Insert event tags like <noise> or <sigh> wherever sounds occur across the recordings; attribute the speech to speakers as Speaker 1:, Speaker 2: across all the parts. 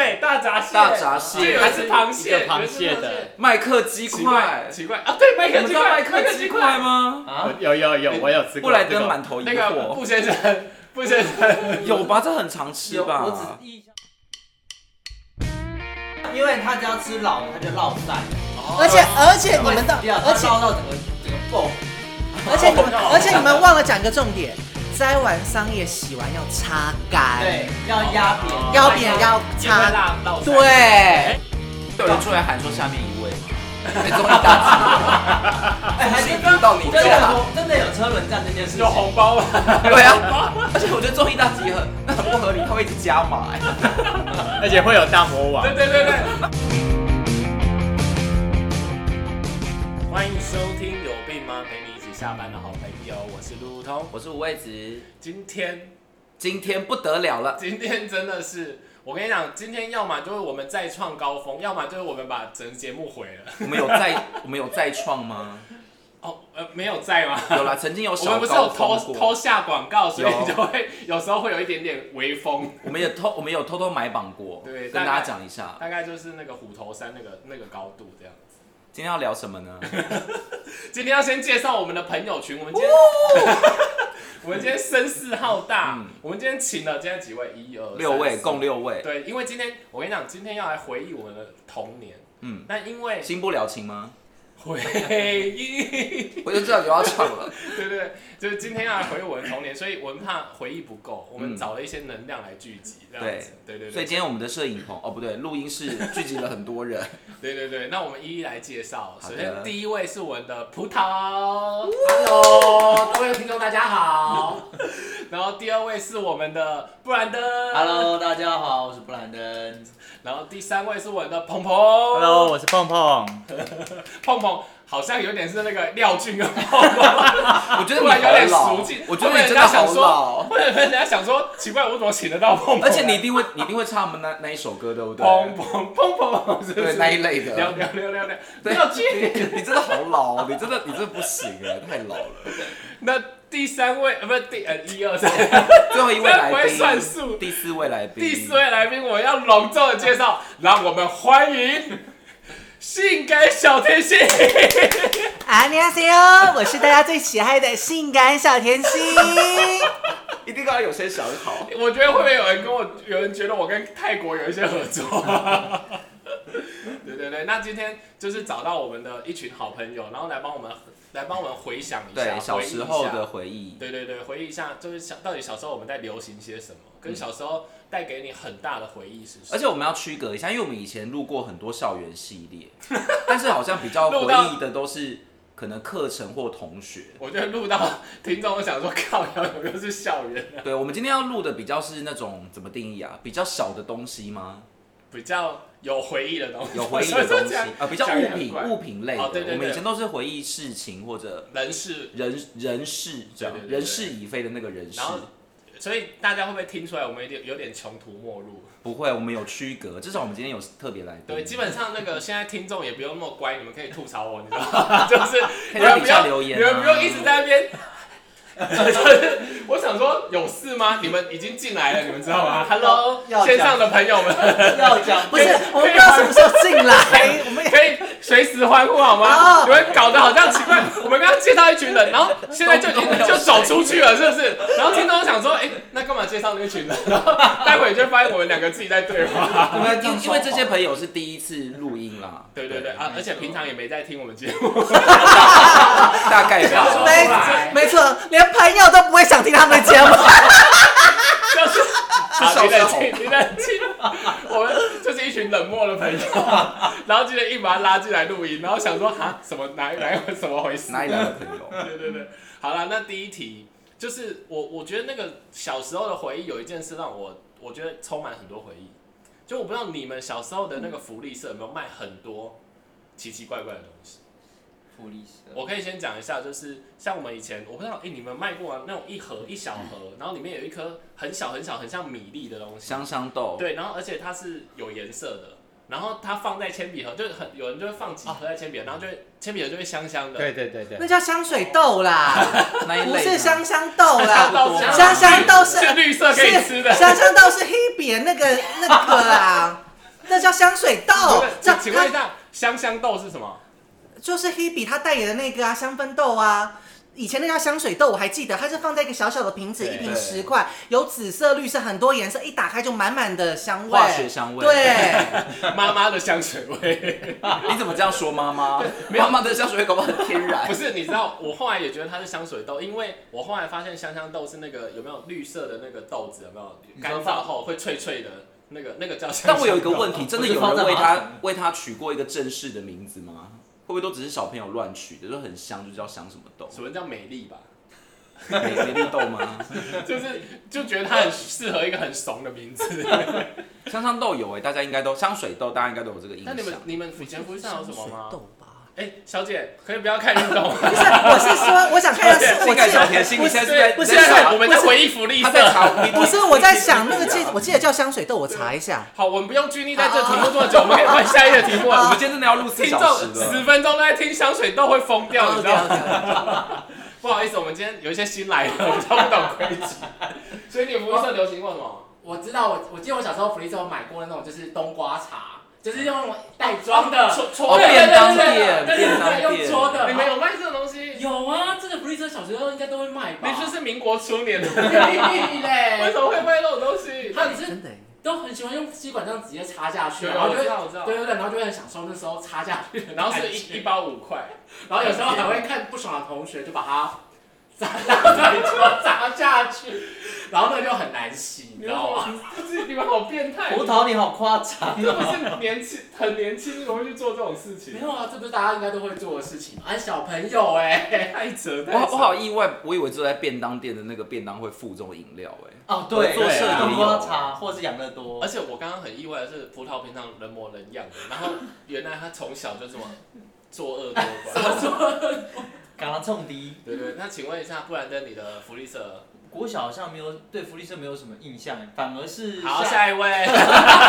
Speaker 1: 哎
Speaker 2: 大闸蟹，
Speaker 3: 大闸
Speaker 2: 就
Speaker 3: 蟹
Speaker 2: 有一
Speaker 1: 还
Speaker 2: 只
Speaker 1: 是
Speaker 2: 螃
Speaker 1: 一
Speaker 2: 蟹，
Speaker 1: 个螃
Speaker 2: 有一只
Speaker 1: 蟹的
Speaker 3: 麦克鸡
Speaker 1: 奇怪
Speaker 3: 块，
Speaker 1: 奇怪啊，对，麦
Speaker 3: 你
Speaker 1: 克
Speaker 3: 们知
Speaker 1: 鸡
Speaker 3: 道麦
Speaker 1: 块，
Speaker 3: 克鸡
Speaker 1: 鸡
Speaker 3: 块
Speaker 1: 块？
Speaker 3: 吗？
Speaker 2: 啊，
Speaker 1: 有有有，我有吃过。
Speaker 3: 布莱登
Speaker 1: 这个
Speaker 3: 馒头疑
Speaker 1: 那个
Speaker 3: 惑，
Speaker 1: 布先生，
Speaker 3: <laughs>
Speaker 1: 布先生，
Speaker 3: 有吧？这很常吃
Speaker 2: 有我
Speaker 3: 吧？
Speaker 2: 只印象，
Speaker 4: 因为他只要吃老的，他就落散，
Speaker 5: 而且而且你们到，
Speaker 4: 掉，
Speaker 5: 而
Speaker 4: 他
Speaker 5: 且
Speaker 4: 落到整个整个爆。
Speaker 5: 而且你们而且你们忘了讲一个重点，摘完桑叶洗完要擦干，
Speaker 4: 对，要压扁，
Speaker 5: 哎要扁要
Speaker 1: 也会
Speaker 5: 擦，
Speaker 1: 辣到。
Speaker 5: 对，
Speaker 3: 有人出来喊说下面一 <laughs> 位啊吗？哎终于达
Speaker 4: 哎，还真
Speaker 3: 终于轮到你
Speaker 4: 真
Speaker 3: 了
Speaker 4: 的有真的有车轮战这件事
Speaker 1: 有
Speaker 4: 情，
Speaker 6: <laughs>
Speaker 1: 红包吗？
Speaker 3: 集合，对啊，而且我觉得综艺大集合那很不合理，他会一直加码、哎
Speaker 1: 而且会有大魔王。对对对对。欢迎收听《有病吗？陪你一起下班的好朋友》，我是路路通。
Speaker 3: 我是五味子，
Speaker 1: 今天
Speaker 3: 今天不得了了，
Speaker 1: 今天真的是，我跟你讲，今天要么就是我们再创高峰，要么就是我们把整节目毁了。
Speaker 3: 我们有再 <laughs> 我们有再创吗？
Speaker 1: 哦，呃，没有在吗？
Speaker 3: <laughs> 有啦，曾经有
Speaker 1: 我
Speaker 3: 小
Speaker 1: 们不是有
Speaker 3: 高峰
Speaker 1: 偷
Speaker 3: 过，
Speaker 1: 偷下广告，所以
Speaker 3: 有
Speaker 1: 就会 <laughs> 有时候会有一点点微风，
Speaker 3: 我们也偷我们有偷偷买榜过，
Speaker 1: 对
Speaker 3: 跟
Speaker 1: 大
Speaker 3: 大
Speaker 1: 概
Speaker 3: 家讲一下，
Speaker 1: <laughs> 大概就是那个虎头山那个那个高度这样。
Speaker 3: 今天要聊什么呢？
Speaker 1: 今天要先介绍我们的朋友群，我们今天， <laughs> 我们今天声势浩大，
Speaker 3: 嗯
Speaker 1: 我们今天请了今天几位，一二
Speaker 3: 六位，
Speaker 1: 三四
Speaker 3: 共六位，
Speaker 1: 对，因为今天我跟你讲，今天要来回忆我们的童年，
Speaker 3: 嗯，
Speaker 1: 但因为
Speaker 3: 新不了情吗？
Speaker 1: 回忆， <laughs>
Speaker 3: 我就知道有要唱了，
Speaker 1: 对对对，就是今天要来回忆我们的童年，所以我们怕回忆不够，我们
Speaker 3: 嗯
Speaker 1: 找了一些能量来聚集，这样子，对对
Speaker 3: 所以
Speaker 1: 对，
Speaker 3: 今天我们的摄影棚哦不对，录
Speaker 1: <laughs>
Speaker 3: 音室聚集了很多人，
Speaker 1: 对对对，那我们一一来介绍。
Speaker 3: 好
Speaker 1: 首
Speaker 3: 的
Speaker 1: 先第一位是我们的葡萄，Hello，各位听众大家好。 <laughs> 然后第二位是我们的布兰登
Speaker 4: Hello，大家好，我是布兰登。
Speaker 1: 然后第三位是我们的鹏鹏
Speaker 6: Hello，我是碰碰。
Speaker 1: 碰碰好像有点是那个廖俊跟碰碰，
Speaker 3: <laughs> 我觉得
Speaker 1: 突
Speaker 3: 你
Speaker 1: 然有点
Speaker 3: 好老
Speaker 1: 熟记，
Speaker 3: 我觉得你真的好老，
Speaker 1: <laughs> 或者人家想说奇怪，我怎么请得到啊碰碰？
Speaker 3: 而且你一定会你一定会唱我们那那一首歌对不对？
Speaker 1: 碰碰碰碰，是不
Speaker 3: 对
Speaker 1: 是
Speaker 3: 那一类
Speaker 1: 聊
Speaker 3: 的，
Speaker 1: 聊聊聊聊
Speaker 3: 对
Speaker 1: 廖俊。
Speaker 3: 你真的好老，哦你真的你真的不行哎，太
Speaker 1: <laughs>
Speaker 3: 老了。
Speaker 1: 那第三位呃，不是第呃一二三。
Speaker 3: 最后一
Speaker 1: 这
Speaker 3: 位
Speaker 1: 不
Speaker 3: 来
Speaker 1: 会
Speaker 3: 宾，
Speaker 1: 算数
Speaker 3: 第四位来宾，
Speaker 1: 第四位来宾，我要隆重的介绍，让我们欢迎性感小天性。
Speaker 5: 안녕하세요，我是大家最喜爱的性感小甜心。 <laughs>
Speaker 3: 一定要有些想好。
Speaker 1: <laughs> 我觉得会不会有人跟我，有人觉得我跟泰国有一些合作？ <laughs> 对对对，那今天就是找到我们的一群好朋友，然后来帮我们来帮我们回想一下
Speaker 3: 对，小时候的，
Speaker 1: 回
Speaker 3: 回忆
Speaker 1: 忆一下，对对对，回忆一下，就是想到底小时候我们在流行些什么，跟小时候带给你很大的回忆是什么？
Speaker 3: 嗯而且我们要区隔一下，因为我们以前录过很多校园系列，但是好像比较回
Speaker 1: <laughs> 录到
Speaker 3: 忆的都是可能课程或同学。
Speaker 1: 我觉得录到听众都想说，靠，又又是校园，
Speaker 3: 对，我们今天要录的比较是那种怎么定义啊？比较小的东西吗？
Speaker 1: 比较有回忆的东西，<laughs>
Speaker 3: 有回忆的
Speaker 1: 我
Speaker 3: 东
Speaker 1: 就
Speaker 3: 西
Speaker 1: 这样
Speaker 3: 啊、呃比较
Speaker 1: 讲也
Speaker 3: 物
Speaker 1: 很
Speaker 3: 品
Speaker 1: 怪
Speaker 3: 物品类的。
Speaker 1: 哦对对对
Speaker 3: 我们以前都是回忆事情或者
Speaker 1: 人事。
Speaker 3: 人人事这样
Speaker 1: 对对对对
Speaker 3: 人事已非的那个人事
Speaker 1: 然。后，所以大家会不会听出来我们有点有点穷途末路？
Speaker 3: 不会，我们有区隔，至少我们今天有特别来宾。
Speaker 1: 对，基本上那个现在听众也不用那么乖，你们可以吐槽我，你知道吗？
Speaker 3: <laughs>
Speaker 1: 就是
Speaker 3: 可
Speaker 1: 你
Speaker 3: 以在
Speaker 1: 们
Speaker 3: 底
Speaker 1: 不
Speaker 3: 下
Speaker 1: 要
Speaker 3: 留言啊
Speaker 1: 你们不用一直在那
Speaker 3: <laughs>
Speaker 1: 边。 <laughs> 就是我想说有事吗？你们已经进来了，你们知道
Speaker 3: <laughs>
Speaker 1: 吗？Hello，
Speaker 4: 要讲
Speaker 1: 线上的朋友们，
Speaker 4: 要讲
Speaker 5: 不是，我们不知道什么时候进来，哎我们也
Speaker 1: 可以随时欢呼好吗？
Speaker 5: 好
Speaker 1: 你们搞得好像奇怪，我们刚刚介绍一群人，然后现在就已经就走出去了，是不是？然后听众想说，哎、那干嘛介绍那群人？然后待会就发现我们两个自己在对
Speaker 3: <laughs>
Speaker 1: 话。
Speaker 3: 因为因为这些朋友是第一次录音啦，
Speaker 1: 对对对啊！而且平常也没在听我们节目。
Speaker 3: 大概
Speaker 1: 不要说
Speaker 3: 吧。
Speaker 5: 没没错，连朋友都不会想听他们的 <laughs> 节目。
Speaker 1: 就是
Speaker 3: 笑
Speaker 1: 啊，你 <laughs> 冷
Speaker 3: 笑
Speaker 1: 静，你冷静。我们就是一群冷漠的朋友，然后今天硬把他拉进来录音，然后想说哈什么哪哪有什么回事？
Speaker 3: 哪里来的朋友？
Speaker 1: 对对对，好了，那第一题就是我我觉得那个小时候的回忆有一件事让我我觉得充满很多回忆，就我不知道你们小时候的那个福利社有没有卖很多奇奇怪怪的东西。
Speaker 4: 福利社，
Speaker 1: 我可以先讲一下，就是像我们以前，我不知道，哎、你们卖过啊那种一盒一小盒，然后里面有一颗很小很小很像米粒的东西，
Speaker 3: 香香豆，
Speaker 1: 对，然后而且它是有颜色的，然后它放在铅笔盒，就是很有人就会放几颗在铅笔盒，然后就会铅笔盒就会香香的。
Speaker 6: 对对对对
Speaker 5: 那，叫香水豆 <laughs> 啦，
Speaker 3: 那一类
Speaker 5: 不
Speaker 3: 的
Speaker 5: 是香香豆
Speaker 1: 香
Speaker 5: 啦，
Speaker 1: 到
Speaker 3: 差不多
Speaker 5: 香香豆是
Speaker 1: 是绿色可以吃的，
Speaker 5: 啊香香豆是黑扁那个那个啦，那叫香水豆
Speaker 1: 对，
Speaker 5: 哦 <laughs> 这
Speaker 1: 请请问一
Speaker 5: 它
Speaker 1: 下，香香豆是什么？ <laughs>
Speaker 5: 就是 Hebe 他代言的那个啊，香氛豆啊。以前那个叫香水豆我还记得，它是放在一个小小的瓶子，
Speaker 6: 对
Speaker 5: 一瓶十块，有紫色、绿色，很多颜色，一打开就满满的香味，
Speaker 3: 化学香
Speaker 1: <laughs>
Speaker 3: 味
Speaker 5: 对，
Speaker 1: 妈妈的香水味。
Speaker 3: <laughs> 你怎么这样说妈妈？妈妈的香水味搞不好很天然
Speaker 1: 不。是，你知道，我后来也觉得它是香水豆，因为我后来发现香香豆是那个有没有绿色的那个豆子，有没有
Speaker 4: 你
Speaker 1: 干
Speaker 4: 说
Speaker 1: 燥后会脆脆的那个那个叫香香豆。
Speaker 3: 但我有一个问题，真的有人为
Speaker 4: 我是放在马
Speaker 3: 他
Speaker 4: 桶
Speaker 3: 为他取过一个正式的名字吗？会不会都只是小朋友乱取的，就很香，就叫香什么豆？
Speaker 1: 什么叫美丽吧？
Speaker 3: 美美丽豆吗？
Speaker 1: 就是就觉得它很适合一个很怂的名字。
Speaker 3: 香香豆有哎、大家应该都香水豆，大家应该都有这个印
Speaker 1: 那你们
Speaker 3: 象。
Speaker 1: 你们以前服饰上有什么吗
Speaker 5: 香水？豆吧？
Speaker 1: 哎、小姐，可以不要看运动吗？
Speaker 5: 不是，我是说，我想
Speaker 3: <laughs>
Speaker 5: 看的是
Speaker 3: 小
Speaker 5: 我
Speaker 3: 田
Speaker 5: 记
Speaker 3: 小
Speaker 5: 得
Speaker 3: 甜心，你现在是在
Speaker 1: 不
Speaker 5: 是
Speaker 3: 你
Speaker 5: 不
Speaker 3: 在
Speaker 5: 是
Speaker 3: 查
Speaker 1: 我们在回忆福利
Speaker 3: 他在
Speaker 1: 社。
Speaker 3: 查，你
Speaker 5: 不是我在想那个记，我记得叫香水豆，我查一下。
Speaker 1: 好，我们不用拘泥在这题目这么久，我们可以换下一个题目。啊我
Speaker 3: 我 <laughs> 们
Speaker 1: 们
Speaker 3: 今天真的要哦啊录四
Speaker 1: 听
Speaker 3: 小
Speaker 1: 众
Speaker 3: 时
Speaker 1: 十
Speaker 3: 了。
Speaker 1: 分钟都在听香水豆会疯掉，你知道吗？
Speaker 5: OK，OK，OK
Speaker 1: 不好意思，我们今天有一些新来的，我都不懂规
Speaker 2: <laughs>
Speaker 1: 矩。所以你们服务社流行过什么？
Speaker 2: 我知道，我我记得我小时候福利社有买过那种就是冬瓜茶，就是用袋装的，
Speaker 1: 搓
Speaker 3: 哦，
Speaker 1: 搓
Speaker 2: 对
Speaker 3: 便当
Speaker 2: 对对对
Speaker 3: 店，
Speaker 2: 对
Speaker 3: 便当
Speaker 2: 对
Speaker 3: 店，
Speaker 2: 用搓的
Speaker 1: 你们有卖这种东西？
Speaker 2: 有啊，这个福利社小时候应该都会卖吧？
Speaker 1: 你是不是民国初年的，
Speaker 3: <laughs>
Speaker 2: 屁
Speaker 1: <laughs> 为
Speaker 2: 嘞？
Speaker 1: 什么会卖这种东西？
Speaker 2: 还有你是
Speaker 5: 啊真的耶，
Speaker 2: 都很喜欢用吸管这样直接插下去，
Speaker 1: 有
Speaker 2: 然后
Speaker 1: 我
Speaker 2: 就
Speaker 1: 知
Speaker 2: 会
Speaker 1: 道，我知道
Speaker 2: 对。对对，然后就会很享受那时候插下去的感觉，
Speaker 1: 然后是一一包五块，
Speaker 2: 然后有时候还会看不爽的同学就把它 <laughs>
Speaker 5: <laughs>
Speaker 2: 砸到袋桌砸下去，然后那个就很难吸，你
Speaker 1: 你
Speaker 2: 知
Speaker 1: 们
Speaker 2: 道吗？
Speaker 1: 好， <laughs> 就是你们好变态！
Speaker 4: 葡萄你好夸张
Speaker 1: 这不
Speaker 4: 哦，
Speaker 1: 是年轻，很年轻，怎么会去做这种事
Speaker 2: 没
Speaker 1: 情？
Speaker 2: 有啊，这不是大家应该都会做的事情吗？哎，小朋友哎、
Speaker 1: 太扯，
Speaker 3: 我
Speaker 1: 太
Speaker 3: 好
Speaker 1: 扯
Speaker 3: 我好意外，我以为只有在便当店的那个便当会附这种饮料哎、
Speaker 4: <laughs> 哦对，
Speaker 3: 做
Speaker 4: 对
Speaker 3: 摄影
Speaker 4: 冬瓜
Speaker 3: 有
Speaker 4: 茶或是养乐多
Speaker 1: 而，且我刚刚很意外的是，葡萄平常人模人样的，然后原来他从小就这么作恶多端。
Speaker 4: 刚刚冲敌。
Speaker 1: 对对，那请问一下，布兰登，你的福利社？
Speaker 4: 国小好像没有对福利社没有什么印象，反而是
Speaker 1: 好，
Speaker 4: 下
Speaker 1: 下一位。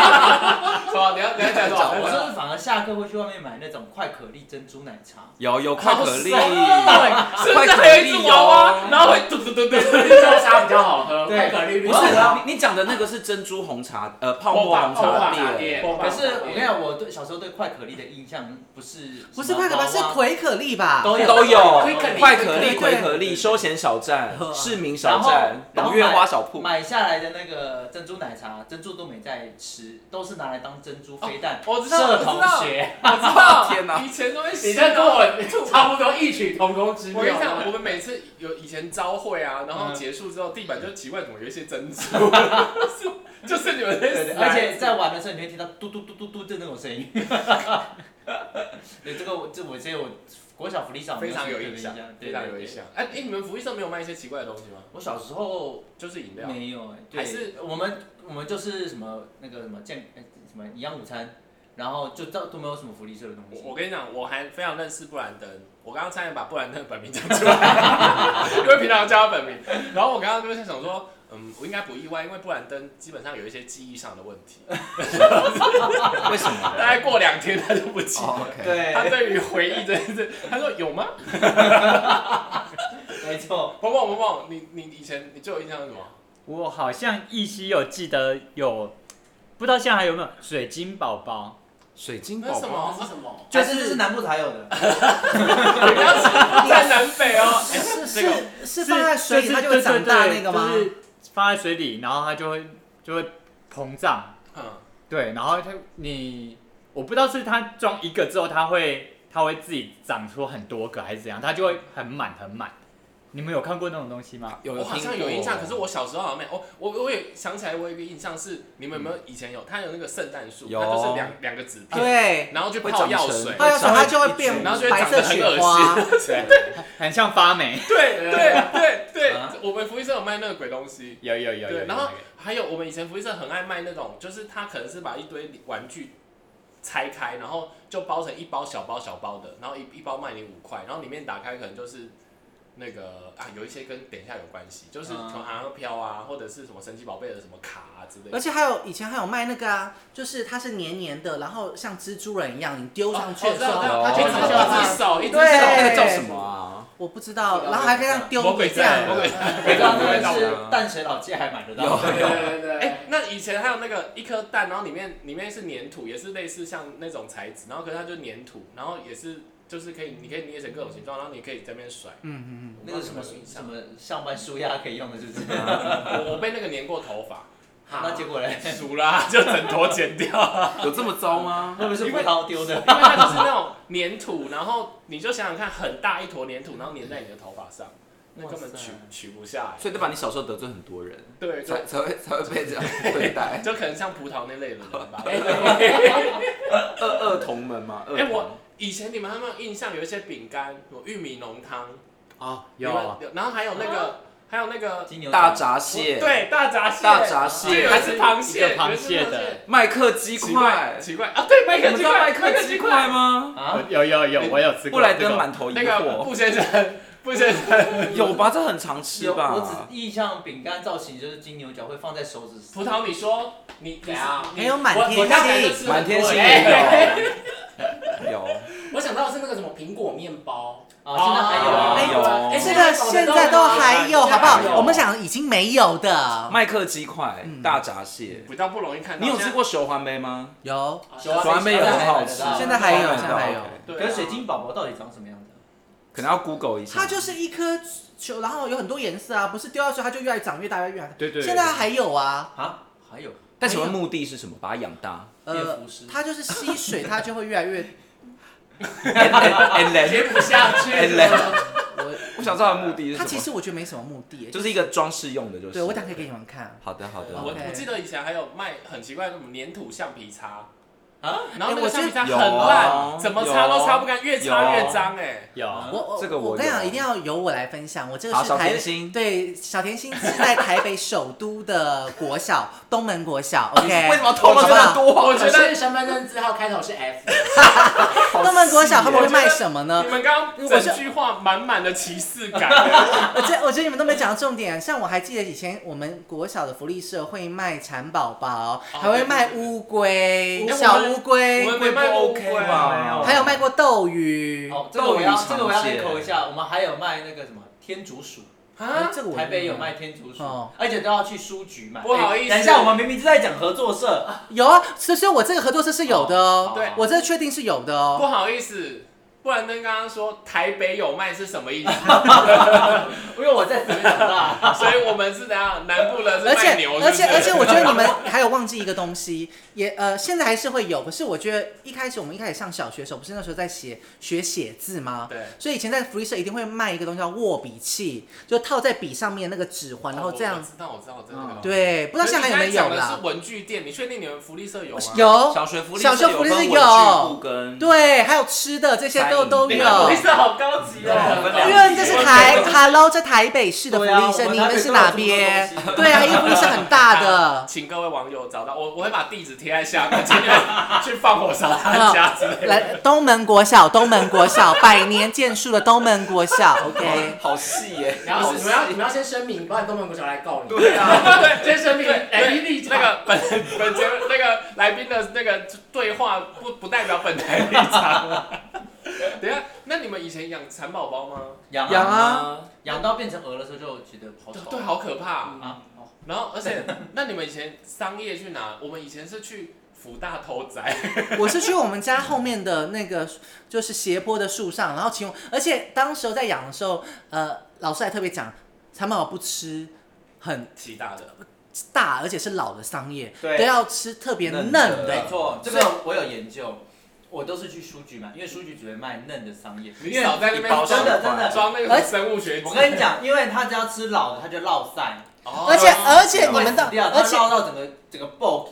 Speaker 1: 什么？你要你要讲什
Speaker 3: 找
Speaker 4: 我
Speaker 1: 么？
Speaker 4: 说反而下课会去外面买那种快可丽珍珠奶茶，
Speaker 3: 有有快可丽，
Speaker 1: 是不
Speaker 3: 快
Speaker 1: 是
Speaker 3: 可
Speaker 1: 还有一
Speaker 3: 丽
Speaker 1: 只
Speaker 3: 哦
Speaker 1: 娃娃，然后会嘟嘟嘟嘟？
Speaker 2: 豆沙比较好喝，
Speaker 4: 对
Speaker 2: 快可丽
Speaker 3: 不
Speaker 2: 绿
Speaker 3: 是
Speaker 2: 茶。
Speaker 3: 啊，你讲的那个是珍珠红茶，呃，泡沫红茶
Speaker 1: 泡沫红茶
Speaker 3: 店
Speaker 1: 店。
Speaker 4: 可是我跟你讲，我对小时候对快可丽的印象不是
Speaker 5: 不是快可吧，是
Speaker 4: 葵。
Speaker 5: 葵可丽吧？
Speaker 4: 都有
Speaker 3: 都有
Speaker 2: 可丽
Speaker 3: 快可丽、
Speaker 5: 对
Speaker 3: 葵可丽、休闲小站、市民小
Speaker 4: 然后
Speaker 3: 站、
Speaker 4: 然后
Speaker 3: 董月
Speaker 4: 买
Speaker 3: 花小铺，哦
Speaker 4: 买下来的那个珍珠奶茶，珍珠都没在吃，都是拿来当珍珠飞弹
Speaker 1: 我知道，我
Speaker 4: 射
Speaker 1: 知
Speaker 4: 同
Speaker 1: 道，
Speaker 4: 学。
Speaker 1: 我知道。
Speaker 3: 天哪
Speaker 1: 以前都会
Speaker 2: 你
Speaker 1: 洗
Speaker 2: 这
Speaker 1: 的
Speaker 2: 跟我差不多异曲同工之
Speaker 1: 我跟
Speaker 2: 妙啊
Speaker 1: 你。讲，我们每次有以前朝会啊，然后结束之后，地板就奇怪怎么有一些珍珠，是 <laughs> 就是你们那
Speaker 4: 对
Speaker 1: 些
Speaker 4: 对，
Speaker 1: 死孩
Speaker 4: 而
Speaker 1: 子
Speaker 4: 且在玩的时候，你会听到嘟嘟嘟嘟嘟的那种声音。 <laughs> 对，这个我这我这我国小福利上
Speaker 1: 非常有
Speaker 4: 印
Speaker 1: 印象，
Speaker 4: 对
Speaker 1: 非常有印。象。哎哎，你们福利社没有卖一些奇怪的东西吗
Speaker 4: 对？我小时候
Speaker 1: 就是饮料，
Speaker 4: 没有哎，对
Speaker 1: 还是
Speaker 4: 我们我们就是什么那个什么健哎什么营养午餐，然后就都都没有什么福利社的东西
Speaker 1: 我。我跟你讲，我还非常认识布兰登，我刚刚差点把布兰登的本名讲出来， <laughs> 因为平常叫他本名。然后我刚刚就是想说，嗯，我应该不意外，因为布兰登基本上有一些记忆上的问
Speaker 4: <laughs>
Speaker 1: 题，
Speaker 3: 为什
Speaker 1: <laughs>
Speaker 3: 么？
Speaker 1: 大概过两天他就不记
Speaker 3: 哦
Speaker 1: 得。
Speaker 3: ，OK，
Speaker 4: 对
Speaker 1: 他，对于回忆这件事，他说有吗？
Speaker 4: 没 <laughs> 错。
Speaker 1: 鹏鹏鹏鹏，你你以前你最有印象是什么？
Speaker 6: 我好像依稀有记得有，不知道现在还有没有水晶宝宝，
Speaker 3: 水晶
Speaker 1: 那
Speaker 3: 宝
Speaker 1: 什
Speaker 3: 宝，
Speaker 1: 么
Speaker 2: 这是什么？
Speaker 4: 就
Speaker 6: 就是
Speaker 4: 是是南部才有的，
Speaker 1: 不要 <laughs> 在南北哦。哎
Speaker 5: 是
Speaker 1: 这个
Speaker 5: 是是放在水里它就会长大那个吗
Speaker 6: 就？是放在水里，然后它就会就会膨胀。
Speaker 1: 嗯，
Speaker 6: 对，然后它你我不知道是它装一个之后，它会它会自己长出很多个还是怎样，它就会很满很满。你们有看过那种东西吗？
Speaker 3: 有
Speaker 1: 我好像有印象，可是
Speaker 3: 我
Speaker 1: 我小时候好像没有。哦我我也想起来，我有一个印象是，你们有没有以前有？它有那个圣诞树，
Speaker 3: 有
Speaker 1: 它就是两两个纸片，
Speaker 5: 对，
Speaker 1: 然后就
Speaker 3: 会
Speaker 1: 泡
Speaker 3: 长
Speaker 1: 药
Speaker 3: 成
Speaker 1: 水，
Speaker 5: 泡药水它就会
Speaker 3: 一
Speaker 5: 变
Speaker 3: 圈
Speaker 1: 然后就会
Speaker 5: 白
Speaker 1: 长
Speaker 5: 色
Speaker 1: 得很
Speaker 5: 雪
Speaker 1: 恶
Speaker 5: 花。
Speaker 1: 心。
Speaker 6: 很像发霉。
Speaker 1: <laughs> 对对对对
Speaker 4: 啊，
Speaker 1: 我们福利社有卖那个鬼东西。
Speaker 6: 有有有有
Speaker 1: 对，
Speaker 6: 有。
Speaker 1: 然后还有我们以前福利社很爱卖那种，就是他可能是把一堆玩具拆开，然后就包成一包小包小包的，然后一一包卖你五块，然后里面打开可能就是那个啊，有一些跟等一下有关系，就是
Speaker 4: 嗯
Speaker 1: 什么航飘啊，或者是什么神奇宝贝的什么卡啊之类的。
Speaker 5: 而且还有以前还有卖那个啊，就是它是黏黏的，然后像蜘蛛人一样，你丢上去的时
Speaker 1: 哦
Speaker 5: 候，
Speaker 1: 哦
Speaker 5: 它
Speaker 3: 知
Speaker 5: 就
Speaker 3: 道
Speaker 5: 会
Speaker 3: 知道
Speaker 5: 长
Speaker 3: 它
Speaker 5: 大
Speaker 1: 一只手一只
Speaker 5: 对
Speaker 3: 那
Speaker 1: 手，
Speaker 3: 个叫什么啊？
Speaker 5: 我不知道，
Speaker 4: 不知道
Speaker 5: 然后还可以这样丢
Speaker 1: 魔
Speaker 5: 你
Speaker 1: 鬼
Speaker 5: 这样
Speaker 1: 在，魔，鬼在，
Speaker 4: 我知道那个是淡水老街还买得到，
Speaker 2: 对对对对，
Speaker 1: 哎，那以前还有那个一颗蛋，然后里面里面是粘土，也是类似像那种材质，然后可是它就粘土，然后也是就是可以，你可以捏成各种形状，然后你可以在那边甩。
Speaker 5: 嗯嗯
Speaker 4: 那个什
Speaker 1: 我不知道你有
Speaker 4: 么
Speaker 1: 没有印
Speaker 4: 什
Speaker 1: 象
Speaker 4: 么上班舒压可以用的，是不是？
Speaker 1: 我我被那个粘过头发，
Speaker 2: 好
Speaker 4: <laughs> 那结果嘞，
Speaker 1: 数啦，就整坨剪掉。
Speaker 3: <laughs> 有这么糟吗？
Speaker 4: 会不会是葡 <laughs> 萄丢的？
Speaker 1: 因为它就是那种粘土，然后你就想想看，很大一坨粘土，然后粘在你的头发上，那根本
Speaker 4: 哇塞
Speaker 1: 取取不下来。
Speaker 3: <laughs> 所以代表你小时候得罪很多人，
Speaker 1: 对，
Speaker 3: 才
Speaker 1: 就。
Speaker 3: 才会才会被这样对待 <laughs>
Speaker 1: 就可能像葡萄那类的人吧。哎、
Speaker 3: 二二同门嘛，二同
Speaker 1: 我以前你们还有没有印象？有一些饼干，有玉米浓汤，
Speaker 6: 哦，
Speaker 1: 你们，然后还有那个，还有那个，
Speaker 4: 金牛
Speaker 3: 大闸蟹，，
Speaker 1: 对，大闸蟹，
Speaker 3: 大闸
Speaker 1: 就有
Speaker 3: 蟹，
Speaker 1: 一
Speaker 3: 还
Speaker 1: 只
Speaker 3: 是
Speaker 1: 螃
Speaker 6: 一
Speaker 1: 蟹，
Speaker 6: 个螃
Speaker 1: 有一只
Speaker 6: 蟹的
Speaker 3: 麦克鸡
Speaker 1: 奇
Speaker 3: 块
Speaker 1: 怪，。奇怪啊，对，麦
Speaker 3: 你
Speaker 1: 克
Speaker 3: 们
Speaker 1: 鸡
Speaker 3: 知道
Speaker 1: 块，
Speaker 3: 麦克鸡块吗？
Speaker 4: 啊，
Speaker 6: 有有有，我有吃过。
Speaker 3: 布莱登
Speaker 6: 这个
Speaker 3: 满头疑
Speaker 1: 那个
Speaker 3: 惑，
Speaker 1: 布先生，布先生，
Speaker 3: 有吧？这很常吃
Speaker 4: 有
Speaker 3: 吧
Speaker 4: 我？只印象饼干造型就是金牛角会放在手指上，
Speaker 1: 葡萄，你说你你
Speaker 2: 怎样
Speaker 1: 你
Speaker 5: 还有满
Speaker 1: 我
Speaker 5: 天
Speaker 1: 我刚才
Speaker 5: 星
Speaker 1: 就吃
Speaker 3: 满
Speaker 1: 很
Speaker 3: 天
Speaker 1: 多
Speaker 3: 星
Speaker 1: 了
Speaker 3: 也有，有。
Speaker 2: 我想到的是那个什么苹果面包，
Speaker 4: 啊，现在还有
Speaker 3: 哎
Speaker 4: 啊，
Speaker 3: 有
Speaker 2: 哎
Speaker 5: 这个现在都还有，好不好？我们想已经没有的，
Speaker 3: 麦克鸡块
Speaker 5: 嗯、
Speaker 3: 大闸蟹，
Speaker 1: 比较不容易看到。
Speaker 3: 你有吃
Speaker 1: 现在？
Speaker 3: 过手环杯吗？
Speaker 5: 有，
Speaker 2: 九
Speaker 3: 手环杯也很好吃，
Speaker 5: 现在还有
Speaker 3: 手环杯
Speaker 5: 现在还
Speaker 3: 很好
Speaker 5: 有
Speaker 3: 吃
Speaker 1: 对啊
Speaker 4: 可是水晶宝宝到底长什么样子啊？
Speaker 3: 可能要 Google 一下。
Speaker 5: 它就是一颗球，然后有很多颜色啊，不是丢下去它就越来长越大，越来越大。
Speaker 6: 对对对
Speaker 5: 现在还有啊，
Speaker 4: 啊，还有
Speaker 3: 但请问目的是什么？把它养大
Speaker 5: 呃
Speaker 4: 蝙蝠狮，
Speaker 5: 它就是吸水，它就会越来越。
Speaker 3: ？And and- and
Speaker 2: 接
Speaker 3: then，
Speaker 2: 不下去
Speaker 3: And
Speaker 2: 了
Speaker 3: then-。
Speaker 5: 我
Speaker 3: 我想知道它的目的是什
Speaker 5: 它
Speaker 3: 么？
Speaker 5: 其实我觉得没什么目的，
Speaker 3: 就是一个装饰用的，就是。
Speaker 5: 对我打开给你们看。
Speaker 3: 好的，好的。
Speaker 1: 我
Speaker 5: OK
Speaker 1: 我记得以前还有卖很奇怪的那种粘土橡皮擦，
Speaker 4: 啊，
Speaker 1: 然后那
Speaker 5: 哎我
Speaker 1: 个橡皮擦
Speaker 3: 觉
Speaker 1: 很
Speaker 3: 得有
Speaker 1: 烂，
Speaker 5: 啊
Speaker 1: 怎么擦都
Speaker 3: 有
Speaker 1: 擦不干，越擦越
Speaker 3: 有
Speaker 1: 脏哎。
Speaker 6: 有
Speaker 5: 我我
Speaker 3: 这个我
Speaker 5: 我跟你
Speaker 3: 有
Speaker 5: 讲，一定要由我来分享。我这个
Speaker 3: 好
Speaker 5: 是
Speaker 3: 小
Speaker 5: 台
Speaker 3: 甜心
Speaker 5: 对小甜心是在台北首都的国小东门国小，OK？
Speaker 3: 为什么要透露
Speaker 5: 好
Speaker 3: 这
Speaker 5: 不
Speaker 3: 么
Speaker 5: 好？
Speaker 3: 多？
Speaker 2: 我觉得身份证字号开头是 F，
Speaker 5: 东门国小他们
Speaker 1: 我
Speaker 5: 会
Speaker 1: 觉
Speaker 5: 卖
Speaker 1: 得
Speaker 5: 什么呢
Speaker 1: <laughs> 你？们刚刚
Speaker 5: 我是
Speaker 1: 整句话满满的歧视
Speaker 5: <laughs>
Speaker 1: 感，
Speaker 5: 我这我觉得你们都没讲到重点。像我还记得以前我们国小的福利社会卖蚕宝宝，还会卖乌龟、
Speaker 1: 对对对
Speaker 5: 小乌
Speaker 1: 我
Speaker 5: 龟，
Speaker 1: 们没卖过乌
Speaker 3: 乌
Speaker 1: 龟
Speaker 3: 龟
Speaker 6: 没
Speaker 3: 吧
Speaker 6: 有 <laughs>
Speaker 5: 还有啊卖过斗鱼。
Speaker 4: 哦，这个我要
Speaker 3: 斗鱼
Speaker 4: 这个我要
Speaker 3: 常见
Speaker 4: echo 一下，我们还有卖那个什么天竺鼠，
Speaker 5: 哎
Speaker 1: 啊，
Speaker 5: 这个我
Speaker 4: 台北有卖天竺鼠
Speaker 5: 哦，
Speaker 4: 而且都要去书局买。
Speaker 1: 不好
Speaker 4: 哎
Speaker 1: 意思
Speaker 4: 等一下，我们明明是在讲合作社，
Speaker 5: 有啊，所以所以我这个合作社是有的哦。
Speaker 1: 对
Speaker 5: 我这个确定是有的哦。
Speaker 1: 不好意思。布兰登刚刚说台北有卖是什么
Speaker 5: <laughs>
Speaker 1: 意思？
Speaker 4: 因为我在台北长大。
Speaker 1: 所以我们是怎样南部人是
Speaker 5: 而且
Speaker 1: 卖牛，
Speaker 5: 而
Speaker 1: 是
Speaker 5: 且
Speaker 1: 不是
Speaker 5: 而且，我觉得你们还有忘记一个东西，也呃，现在还是会有。可是我觉得一开始我们一开始上小学的时候，不是那时候在写学写字吗？
Speaker 1: 对，
Speaker 5: 所以以前在福利社一定会卖一个东西叫握笔器，就套在笔上面那个指环，然后
Speaker 1: 哦我
Speaker 5: 这样嗯
Speaker 1: 我。知道我知道我知道这个。
Speaker 5: 对，
Speaker 1: 不
Speaker 5: 不知道香港有没有
Speaker 1: 是
Speaker 5: 啦？
Speaker 1: 文具店，你确定你们福利社有吗？
Speaker 5: 有，
Speaker 3: 小学福利，
Speaker 5: 小学福利是有
Speaker 3: 跟
Speaker 5: 对，还有吃的这些都都
Speaker 3: 餐饮
Speaker 1: 你
Speaker 5: 有。
Speaker 1: 们福利
Speaker 6: 啊
Speaker 1: 社好高级哦。。
Speaker 3: 分
Speaker 5: 因
Speaker 3: 两
Speaker 5: 为这是台
Speaker 4: 我
Speaker 5: ，Hello，这台北市的福
Speaker 4: 对啊
Speaker 5: 利社，
Speaker 4: 我们
Speaker 5: 你
Speaker 4: 台北
Speaker 5: 们
Speaker 4: 市
Speaker 5: 是
Speaker 4: 有这么
Speaker 5: 哪
Speaker 4: 多
Speaker 5: 边 <laughs>
Speaker 4: 东西？
Speaker 5: 对啊，因为福利社很大的
Speaker 1: 请各位网友找到我，我会把地址贴在下面，今天去放火烧他家之类的。
Speaker 5: 来，东门国小，东门国小，百年建树的东门国小，OK。
Speaker 3: 好细耶，
Speaker 2: 然后
Speaker 3: 好
Speaker 2: 你
Speaker 3: 细
Speaker 2: 们要你们要先声明，不然东门国小来告你。
Speaker 3: 对
Speaker 1: <laughs>
Speaker 3: 啊，
Speaker 1: 对，
Speaker 2: 先声明，哎，
Speaker 1: 对
Speaker 2: 你立
Speaker 1: 那
Speaker 2: 场。
Speaker 1: 个本本节目那个来宾的那个对话不不代表本台立
Speaker 4: <laughs>
Speaker 1: 场。等一下，那你们以前养蚕宝宝吗？
Speaker 4: 养
Speaker 5: 养啊
Speaker 4: 养到变成鹅的时候就觉得好
Speaker 1: 对
Speaker 4: 丑
Speaker 1: 对，好可怕、
Speaker 4: 啊！哦
Speaker 1: 然后，而且，那你们以前商业去哪？我们以前是去福大偷
Speaker 4: <laughs>
Speaker 1: 宅，
Speaker 5: 我是去我们家后面的那个就是斜坡的树上，然后请我，而且当时候在养的时候，呃，老师还特别讲，蚕宝宝不吃很
Speaker 1: 其大的。
Speaker 5: 大，而且是老的桑叶，
Speaker 4: 对
Speaker 5: 都要吃特别
Speaker 3: 嫩
Speaker 5: 嫩的
Speaker 3: 的
Speaker 4: 没错，这
Speaker 5: 所
Speaker 4: 个我有研究，我都是去书局买，因为书局只会卖嫩的桑叶。
Speaker 1: 你
Speaker 4: 因为
Speaker 1: 少在那边
Speaker 3: 包
Speaker 4: 真的真的，
Speaker 1: 装那个生物学
Speaker 4: 我跟你讲，因为他只要吃老的，他就落腮，
Speaker 1: 哦
Speaker 5: 而且呃而且哎你
Speaker 4: 会
Speaker 5: 们到，
Speaker 4: 死掉，他
Speaker 5: 而且
Speaker 4: 落到整个整个爆。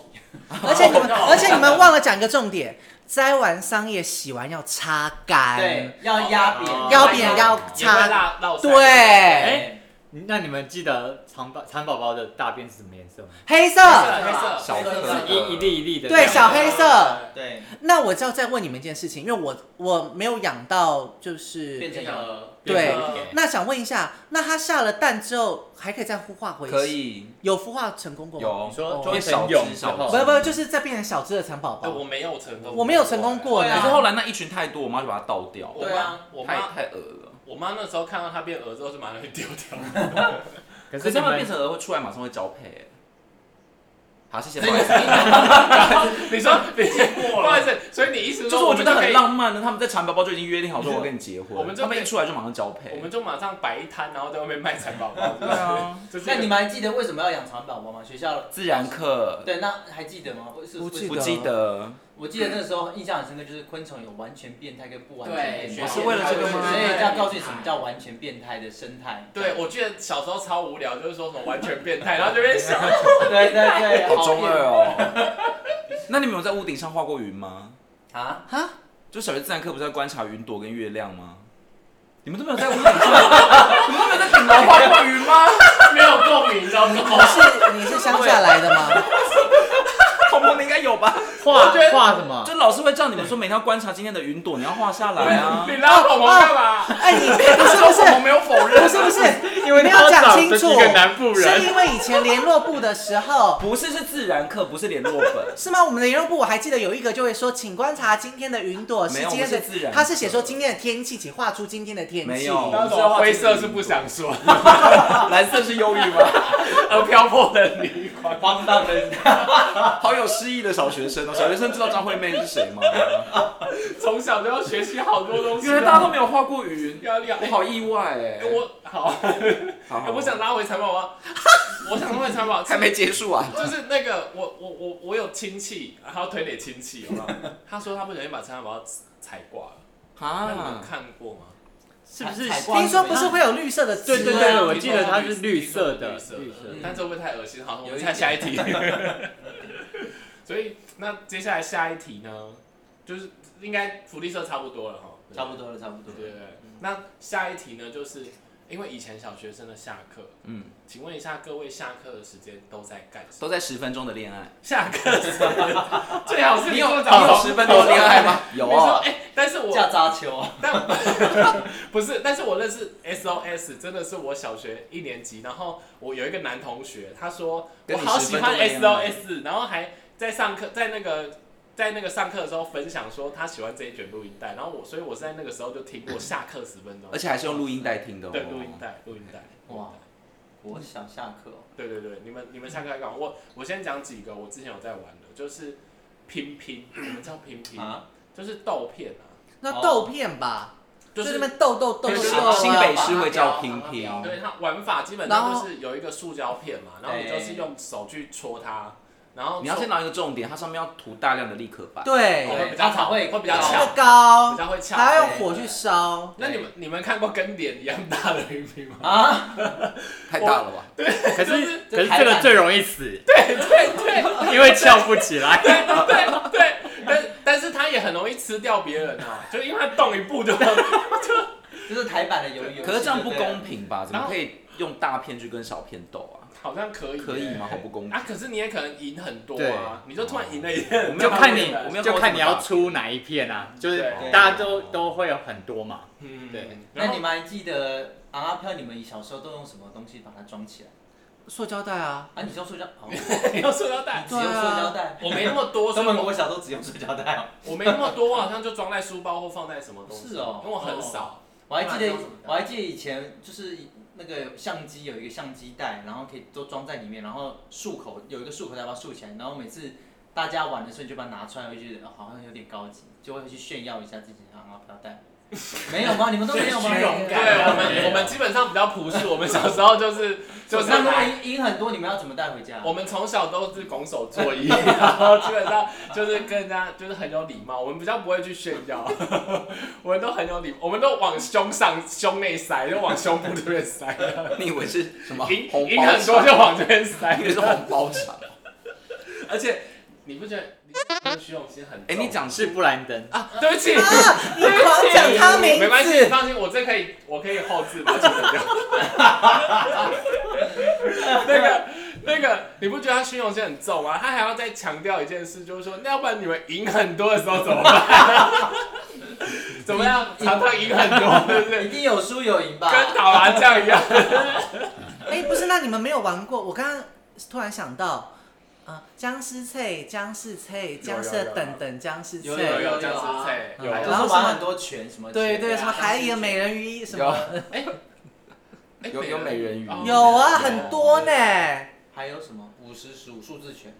Speaker 5: 而且你们，而且你们忘了讲一个重点，摘完桑叶洗完要擦干，
Speaker 4: 对，要压扁，
Speaker 5: 哎哦要扁
Speaker 1: 也
Speaker 5: 要
Speaker 1: 会
Speaker 5: 擦，
Speaker 1: 辣到。
Speaker 5: 对
Speaker 4: 哎，
Speaker 6: 那你们记得蚕宝蚕宝宝的大便是什么颜色吗？
Speaker 5: 黑色，
Speaker 1: 黑色
Speaker 3: 小
Speaker 4: 黑色
Speaker 3: 的
Speaker 4: 的
Speaker 6: 一一粒一粒的这
Speaker 5: 对，
Speaker 6: 样。
Speaker 5: 小黑色。
Speaker 4: 对，
Speaker 5: 那我就要再问你们一件事情，因为我我没有养到，就是
Speaker 4: 变成
Speaker 1: 这样
Speaker 4: 了
Speaker 5: 对
Speaker 1: 变成了
Speaker 5: 那想问一下，那它下了蛋之后还可以再孵化回？
Speaker 3: 可，以
Speaker 5: 有孵化成功过吗？
Speaker 3: 有，
Speaker 6: 你说
Speaker 3: 就会
Speaker 6: 变成
Speaker 3: 少
Speaker 6: 蛹
Speaker 3: 只
Speaker 6: 之
Speaker 3: 少
Speaker 6: 后
Speaker 3: 只
Speaker 5: 不不，就是再变成小只的蚕宝
Speaker 1: 哎，我
Speaker 5: 宝。
Speaker 1: 没有成功，
Speaker 5: 我没有成功过
Speaker 4: 对
Speaker 5: 呢
Speaker 4: 啊
Speaker 3: 可是后来那一群太多，我妈就把它倒掉，
Speaker 1: 我
Speaker 4: 对
Speaker 1: 妈
Speaker 4: 啊，
Speaker 1: 我
Speaker 3: 太
Speaker 1: 妈，
Speaker 3: 太恶了。
Speaker 1: 我妈那时候看到它变蛾之后，就马上就丢掉了。
Speaker 6: 可
Speaker 3: 可
Speaker 6: 是
Speaker 3: 是
Speaker 6: 你
Speaker 3: 它们变
Speaker 6: <laughs> 们
Speaker 3: 成鹅会出来，马上会交配。哎好，谢谢。
Speaker 4: 所
Speaker 3: 不
Speaker 4: 以
Speaker 3: 好
Speaker 4: 你
Speaker 3: 意思
Speaker 1: 你说你不好意思，所以你意思
Speaker 3: 就
Speaker 1: 说
Speaker 3: 是我觉得
Speaker 1: 们可
Speaker 3: 很
Speaker 1: 以，
Speaker 3: 浪漫的，他们在蚕宝宝就已经约定好说我跟你结婚，
Speaker 1: 我们就
Speaker 3: 他们
Speaker 1: 可以
Speaker 3: 一出来就马上交配。
Speaker 1: 我们就马上摆一摊，然后在外面卖蚕宝宝。
Speaker 3: 对啊，
Speaker 1: 就是
Speaker 4: <laughs> 那你们还记得为什么要养蚕宝宝吗？学校
Speaker 3: 自然课
Speaker 4: 对，那还记得吗？是
Speaker 5: 不记
Speaker 3: 不记得，
Speaker 4: 我记得那时候印象很深刻，就是昆虫有完全变态跟不完全变
Speaker 2: 对，
Speaker 4: 态，
Speaker 3: 是为了这个吗
Speaker 4: 所以
Speaker 2: 对
Speaker 4: 要告诉你什么叫完全变态的生态。
Speaker 1: 对，我记得小时候超无聊，就是说什么完全变态，然后这边想，
Speaker 4: 对对对，
Speaker 3: 好中二哦。 <laughs> 那你们有在屋顶上画过云吗？
Speaker 4: 啊！
Speaker 5: 哈，
Speaker 3: 就小学自然课不是要观察云朵跟月亮吗？你们都没有在屋顶上， <laughs> 你们都没有在顶楼画过云吗？
Speaker 2: 没有共鸣，然后
Speaker 5: 你是你是乡下来的吗？
Speaker 3: 彤彤，你应该有吧？
Speaker 6: 画
Speaker 1: 我觉得
Speaker 6: 画什么
Speaker 3: <laughs> 就？老师会叫你们说，每天要观察今天的云朵，你要画下来啊。
Speaker 1: 你拉我们干嘛？
Speaker 5: 哎，你不是不是
Speaker 3: 彤彤没有否认，
Speaker 5: 不是不是，
Speaker 6: 因为
Speaker 5: 你
Speaker 6: 他
Speaker 5: 要讲
Speaker 6: 长
Speaker 5: 清
Speaker 6: 得
Speaker 5: 楚
Speaker 6: 一个南部
Speaker 5: 是
Speaker 6: 人，
Speaker 5: 因为以前联络部的时候。
Speaker 3: 不是是自然课，不是联络
Speaker 1: <laughs>
Speaker 3: 本。
Speaker 5: 是吗？我们的联络部我还记得有一个就会说，请观察今天的云朵
Speaker 3: 没
Speaker 5: 是
Speaker 3: 有
Speaker 5: 今天
Speaker 3: 我们是自然
Speaker 5: 的，
Speaker 3: 的
Speaker 5: 他是写说今天的天气，请画出今天的天气。
Speaker 3: 没有
Speaker 1: 那种灰色是不想说，
Speaker 3: 蓝色是忧郁吗？
Speaker 1: 而漂泊的你，
Speaker 4: 荒诞的，
Speaker 3: 好有诗意的小学生哦！小学生知道张惠妹是谁吗？
Speaker 1: 从小就要学习好多东西
Speaker 3: <laughs> 原来大家
Speaker 1: 哦。
Speaker 3: 都没有画过云，
Speaker 1: 要亮
Speaker 3: 我，好意外
Speaker 1: 哎
Speaker 3: 哎、
Speaker 1: 我好，
Speaker 3: 好
Speaker 1: 哎我想拉回蚕宝宝， <laughs> 我想拉回蚕宝宝，
Speaker 3: 还没结束啊！
Speaker 1: 就是那个我我我我有亲戚，然后推给亲戚，
Speaker 6: <laughs>
Speaker 1: 有没有他说他不小心把蚕宝宝踩挂了，那你们
Speaker 3: 啊，
Speaker 1: 看过吗？
Speaker 6: 是不是？
Speaker 4: 采光
Speaker 5: 听说不是会有绿色的
Speaker 6: 对对
Speaker 5: 植吗
Speaker 1: 啊
Speaker 6: 对，我记得它是绿色的，
Speaker 1: 绿色的嗯
Speaker 6: 绿色的
Speaker 1: 但这会不会太恶心？好，我
Speaker 4: 有
Speaker 1: 们
Speaker 4: 一
Speaker 1: 看下一题。 <laughs> 所以那接下来下一题呢，就是应该福利社差不多了哈，
Speaker 4: 差不多了，差不多
Speaker 1: 对。对
Speaker 4: 了。
Speaker 1: 对对。
Speaker 6: 嗯
Speaker 1: 那下一题呢，就是因为以前小学生的下课，
Speaker 3: 嗯，
Speaker 1: 请问一下各位下课的时间都在干什么？
Speaker 3: 都在十分钟的恋爱，
Speaker 1: 下课时间 <laughs> 最好是
Speaker 3: 你有
Speaker 1: 跟我
Speaker 3: 你
Speaker 1: 讲
Speaker 3: 有
Speaker 1: 说
Speaker 3: 十
Speaker 1: <laughs>
Speaker 3: 分钟的恋爱吗？有
Speaker 1: 你说
Speaker 3: 啊，
Speaker 1: 哎、但是我
Speaker 4: 叫扎秋，
Speaker 1: 但 <laughs> 不是，但是我认识 SOS，真的是我小学一年级，然后我有一个男同学，他说我
Speaker 3: 跟你
Speaker 1: 好
Speaker 3: 十
Speaker 1: 喜
Speaker 3: 分
Speaker 1: 欢
Speaker 3: 钟一样啊
Speaker 1: SOS，然后还在上课，在那个在那个上课的时候分享说他喜欢这一卷录音带，然后我所以我是在那个时候就听过下课十分钟，
Speaker 3: 而且还是用录音带听的哦。
Speaker 1: 对录音带录音带
Speaker 4: 哇，我想下课哦。
Speaker 1: 对对对，你们你们下课来干嘛？我我先讲几个我之前有在玩的，就是拼拼，
Speaker 3: <clears throat>
Speaker 1: 你们知道拼拼，
Speaker 4: 啊，
Speaker 1: 就是豆片啊，
Speaker 5: 那豆片吧，
Speaker 1: 就
Speaker 5: 就是是那边豆豆豆
Speaker 3: 对
Speaker 5: 豆
Speaker 3: 新
Speaker 5: 豆啊
Speaker 3: 新北市会叫拼
Speaker 2: 把它
Speaker 3: 拼
Speaker 2: 标，
Speaker 1: 对它玩法基本上就是有一个塑胶片嘛，然后你就是用手去戳它，然后
Speaker 3: 你要哎先
Speaker 1: 拿
Speaker 3: 拿一个重点，它上面要涂大量的立可白。
Speaker 5: 对，
Speaker 1: 会比较好，
Speaker 4: 对
Speaker 1: 会比较
Speaker 5: 那
Speaker 1: 翘
Speaker 5: 个，高
Speaker 1: 比，较会翘。
Speaker 5: 还要用火去烧。
Speaker 1: 那你们你们看过跟脸一样大的云屏吗？ <laughs>
Speaker 4: 啊
Speaker 3: 太大了吧？
Speaker 6: 可
Speaker 1: 就是
Speaker 6: 是可是这个最容易死，
Speaker 1: 对对
Speaker 6: 因为翘不起来。
Speaker 1: 对对，但但是它也很容易吃掉别人啊，就因为它动一步就。
Speaker 4: <laughs> 就是台版的游游。
Speaker 3: 可是这样不公。平吧？怎
Speaker 1: 然
Speaker 3: 么
Speaker 1: 后
Speaker 3: 可以用大片去跟小片斗啊？
Speaker 1: 好像可以，
Speaker 3: 可以吗？好不公平。
Speaker 1: 啊！可是你也可能赢很多
Speaker 6: 对
Speaker 1: 啊，你就突然赢了一
Speaker 3: 我没有
Speaker 6: 就看你
Speaker 3: 看过我没有，看
Speaker 6: 就
Speaker 3: 过
Speaker 6: 看
Speaker 3: 这么
Speaker 6: 你
Speaker 3: 大
Speaker 6: 要出哪一片啊，就是
Speaker 1: 对
Speaker 6: 大家都都会有很多嘛。
Speaker 1: 嗯
Speaker 6: 对
Speaker 4: 那
Speaker 1: 然后
Speaker 4: 你们还记得昂阿飘？你们小时候都用什么东西把它装起来？
Speaker 5: 塑胶袋啊，
Speaker 4: 啊，你用塑胶？哦，
Speaker 1: 你 <laughs> 要塑胶
Speaker 4: <laughs>
Speaker 1: 袋，
Speaker 4: 只用塑胶袋。
Speaker 1: 我没那么多，所
Speaker 4: 中
Speaker 1: 以
Speaker 4: 文
Speaker 1: 我
Speaker 4: 国小都只用塑胶袋哦。
Speaker 1: 我没那么多，我好像就装在书包或放在什么东西。
Speaker 4: 是哦
Speaker 1: 因为我很少。
Speaker 4: 我还记
Speaker 2: 不然
Speaker 4: 得
Speaker 2: 装什么，
Speaker 4: 我还记得以前就是那个相机有一个相机袋，然后可以都装在里面，然后漱口有一个漱口袋把它漱起来，然后每次大家玩的时候你就把它拿出来，会觉得、哦、好像有点高级，就会去炫耀一下自己的昂飘带。没有吗？你们都没有吗？
Speaker 2: 虚荣
Speaker 1: 对
Speaker 2: 感
Speaker 1: 我
Speaker 2: 对
Speaker 1: 们，我们基本上比较朴素。我们小时候就是就是
Speaker 4: 那如果
Speaker 1: 买，
Speaker 4: 赢赢很多，你们要怎么带回家？
Speaker 1: <laughs> 我们从小都是拱手作揖，然后基本上就是跟人家就是很有礼貌。我们比较不会去炫耀， <laughs> 我们都很有礼，我们都往胸上胸内塞，就往胸部这边塞，
Speaker 3: 你以为是什么
Speaker 1: 赢
Speaker 3: 哦红
Speaker 1: 赢
Speaker 3: 包
Speaker 1: 很多
Speaker 3: 场？
Speaker 1: 就往这边塞
Speaker 3: <laughs> 你以。为是红包场？
Speaker 1: 而且你不觉得你这个虚荣心很重？
Speaker 3: 哎，你讲是
Speaker 6: 是布兰登，
Speaker 1: 啊，对不起，
Speaker 5: 你狂讲他名
Speaker 1: 没关系，你
Speaker 5: 字，
Speaker 1: 放心，我这可以，我可以后置把它处理掉。那个那个，你不觉得他虚荣心很重吗？他还要再强调一件事，就是说，那要不然你们赢很多的时候怎么办？怎么样？常常赢很多，对不对？
Speaker 4: 一定有输有赢吧？
Speaker 1: 跟打麻将一样。
Speaker 5: 哎，不是，那你们没有玩过？我刚刚突然想到，啊，僵尸菜，僵尸菜，僵尸的等等，僵尸
Speaker 4: 有
Speaker 1: 有
Speaker 5: 菜，
Speaker 1: 有僵尸菜，
Speaker 5: 有
Speaker 1: 有
Speaker 5: 啊
Speaker 4: 就是
Speaker 5: 然后
Speaker 4: 玩
Speaker 5: 什么
Speaker 4: 很多拳什么拳？
Speaker 5: 对对，
Speaker 4: 啊
Speaker 5: 什么海里的美人鱼什么，
Speaker 1: 哎
Speaker 3: 有有美人鱼
Speaker 1: 哦
Speaker 5: 有啊，很多呢。
Speaker 4: 还有什么五十数数字拳？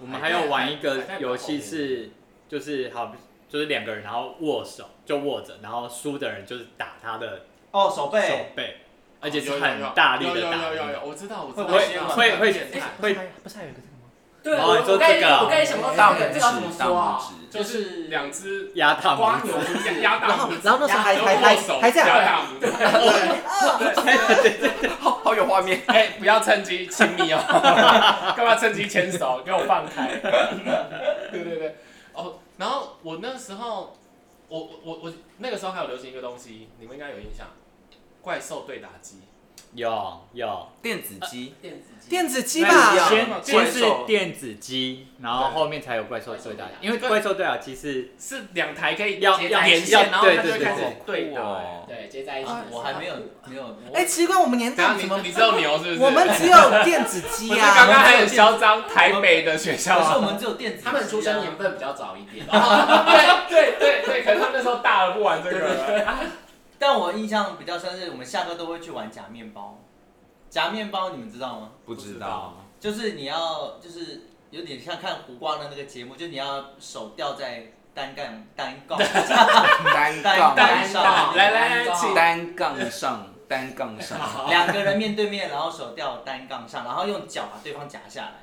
Speaker 6: 我们还有玩一个游戏是，就是好，就是两个人然后握手就握着，然后输的人就是打他的
Speaker 4: 哦，手
Speaker 6: 手
Speaker 4: 背。
Speaker 6: 背，而且是
Speaker 1: 有有
Speaker 6: 很
Speaker 1: 有
Speaker 6: 大力
Speaker 1: 有
Speaker 6: 的
Speaker 1: 有
Speaker 6: 打
Speaker 1: 有有
Speaker 6: 那
Speaker 1: 有，
Speaker 6: 种。
Speaker 1: 我知道，我知道，
Speaker 4: 会不会
Speaker 1: 我知道
Speaker 6: 会会
Speaker 1: 变态
Speaker 6: 会
Speaker 5: 不是还不是还有一个这个吗？
Speaker 2: 对，
Speaker 6: 哦
Speaker 2: 我
Speaker 6: 你说
Speaker 2: 我刚才
Speaker 6: 这个啊
Speaker 2: 我刚才想到大拇指，这个要
Speaker 3: 大
Speaker 2: 怎么
Speaker 3: 拇指大
Speaker 2: 说啊？
Speaker 3: 拇指，
Speaker 1: 就是两只
Speaker 6: 压大
Speaker 1: 瓜
Speaker 6: 拇
Speaker 1: 牛
Speaker 6: 指，
Speaker 1: 压大
Speaker 5: 然后
Speaker 1: 拇指，
Speaker 5: 然后那时候还还还还这
Speaker 1: 压
Speaker 5: 样，
Speaker 1: 大拇指。
Speaker 3: 好好有画面。
Speaker 1: 哎，不要趁机亲
Speaker 5: <laughs>
Speaker 1: 密哦，干嘛趁机牵手？给我放开！对对对，哦，然后我那时候，我我我我那个时候还有流行一个东西，你们应该有印象，怪兽对打机。
Speaker 6: 有有，
Speaker 3: 电子鸡，
Speaker 2: 电子鸡，
Speaker 5: 电子鸡
Speaker 1: 哎呀
Speaker 5: 吧，
Speaker 6: 先先是
Speaker 3: 怪兽
Speaker 6: 电子鸡，然后后面才有怪兽对打，因为怪兽对啊打鸡是
Speaker 1: 是两台可以
Speaker 6: 要
Speaker 1: 接
Speaker 6: 要
Speaker 1: 连
Speaker 6: 要
Speaker 1: 线，然后它
Speaker 6: 对
Speaker 1: 就会
Speaker 6: 对
Speaker 1: 开始
Speaker 6: 对
Speaker 1: 对打。哎
Speaker 3: 哦，
Speaker 2: 对，接在一起
Speaker 4: 啊。我还没有没有。我
Speaker 5: 哎，奇怪，我们
Speaker 1: 等
Speaker 5: 年代
Speaker 1: 一下
Speaker 5: 怎么
Speaker 1: 你你知道牛是不是？
Speaker 5: 我们只有电子鸡
Speaker 1: 不是
Speaker 5: 啊
Speaker 1: 刚？刚还很嚣张，台北的学校 <laughs>
Speaker 4: 可是我
Speaker 1: 啊。
Speaker 4: 们只有电子机啊。
Speaker 2: 他们出生年份比较早一点，
Speaker 1: 对对对对，可是他们那时候大了不玩这个了。
Speaker 4: 但我印象比较深是，我们下课都会去玩假面包。假面包你们知道吗？
Speaker 3: 不知道。
Speaker 4: 就是你要就是有点像看胡瓜的那个节目，就是你要手吊在单杠单杠
Speaker 1: <laughs>
Speaker 3: 单
Speaker 4: 杠
Speaker 1: 单
Speaker 4: 杠
Speaker 1: 杠，来来来，
Speaker 2: 单杠
Speaker 1: 请
Speaker 3: 单杠上，单杠上，
Speaker 4: 两个人面对面，然后手吊单杠上，然后用脚把对方夹下来。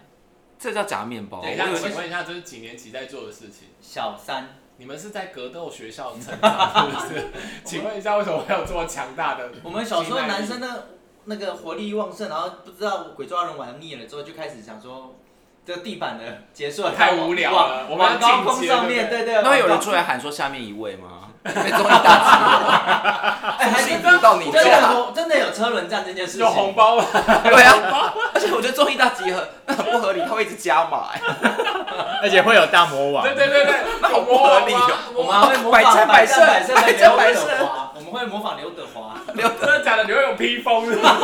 Speaker 3: 这叫假面包。
Speaker 1: 等一
Speaker 3: 我
Speaker 1: 下，
Speaker 3: 以为
Speaker 1: 请问一下，这是几年级在做的事情？
Speaker 4: 小三，
Speaker 1: 你们是在格斗学校成长，是不是？请问一下，为什么会有这么强大的？
Speaker 4: 我们小时候男
Speaker 1: <laughs>
Speaker 4: 生的那个活力旺盛，然后不知道鬼抓人玩腻了之后，就开始想说。这个地板的结束了，
Speaker 1: 太无聊了
Speaker 4: 往
Speaker 1: 我们要
Speaker 4: 往高
Speaker 1: 进
Speaker 4: 空
Speaker 1: 阶
Speaker 4: 上
Speaker 1: 对
Speaker 4: 面，
Speaker 1: 不对
Speaker 4: 对对。
Speaker 3: 那会有人
Speaker 4: 往高
Speaker 3: 出来喊说下面一位吗？被综艺大
Speaker 4: 哎，还
Speaker 3: 直播，幸
Speaker 4: 真
Speaker 3: 福到你
Speaker 4: 真的
Speaker 3: 家。
Speaker 4: 有真的有车轮战这件事情。
Speaker 1: 有红包吗？
Speaker 3: 对啊，而且我觉得综艺大集合那很不合理，他会一直加码，哎
Speaker 6: <laughs> 而且会有大魔王
Speaker 1: 对，对对 <laughs> 对，
Speaker 3: 那好不合理哦。
Speaker 4: 我们还会模仿
Speaker 3: 百战百
Speaker 4: 百
Speaker 3: 胜
Speaker 4: 胜
Speaker 3: 百战百
Speaker 4: 刘
Speaker 3: 胜
Speaker 4: 德华，我们会模仿刘德华。
Speaker 1: 真的假的？你会有披风是吗？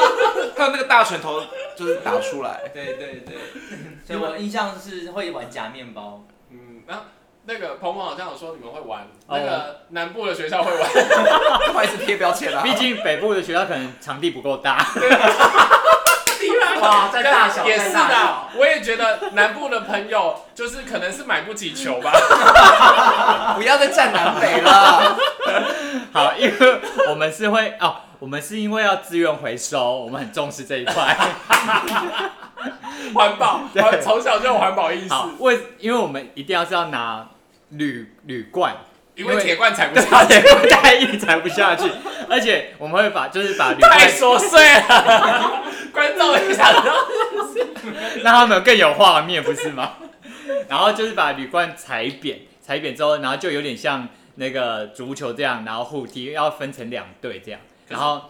Speaker 3: 还有那个大拳头就是打出来，
Speaker 4: 对对对， <laughs> 所以我印象是会玩假面包，
Speaker 1: 嗯，然后那个鹏鹏好像有说你们会玩，
Speaker 6: 哦
Speaker 1: 那个南部的学校会玩，
Speaker 3: 干嘛一直贴标签啊？
Speaker 6: <laughs> 毕竟北部的学校可能场地不够大， <laughs>
Speaker 2: 哇，在大小
Speaker 1: 也是
Speaker 2: 在大小
Speaker 1: 的。我也觉得南部的朋友就是可能是买不起球吧。
Speaker 3: 不要再站南北了。
Speaker 6: 好，因为我们是会哦，我们是因为要资源回收，我们很重视这一块。
Speaker 1: 环保，
Speaker 6: 对
Speaker 1: 环从小就有环保意识，
Speaker 6: 好，为因为我们一定要是要拿铝铝罐，
Speaker 1: 因为铁罐踩不
Speaker 6: 对，
Speaker 1: 下
Speaker 6: 而
Speaker 1: 去
Speaker 6: 且，不太硬踩不下去，而且我们会把就是把铝罐
Speaker 1: 太琐碎了。观众也想知道，
Speaker 6: <laughs> 让他们更有画面，不是吗？ <laughs> 然后就是把铝罐踩扁，踩扁之后，然后就有点像那个足球这样，然后互踢，要分成两队这样。然后，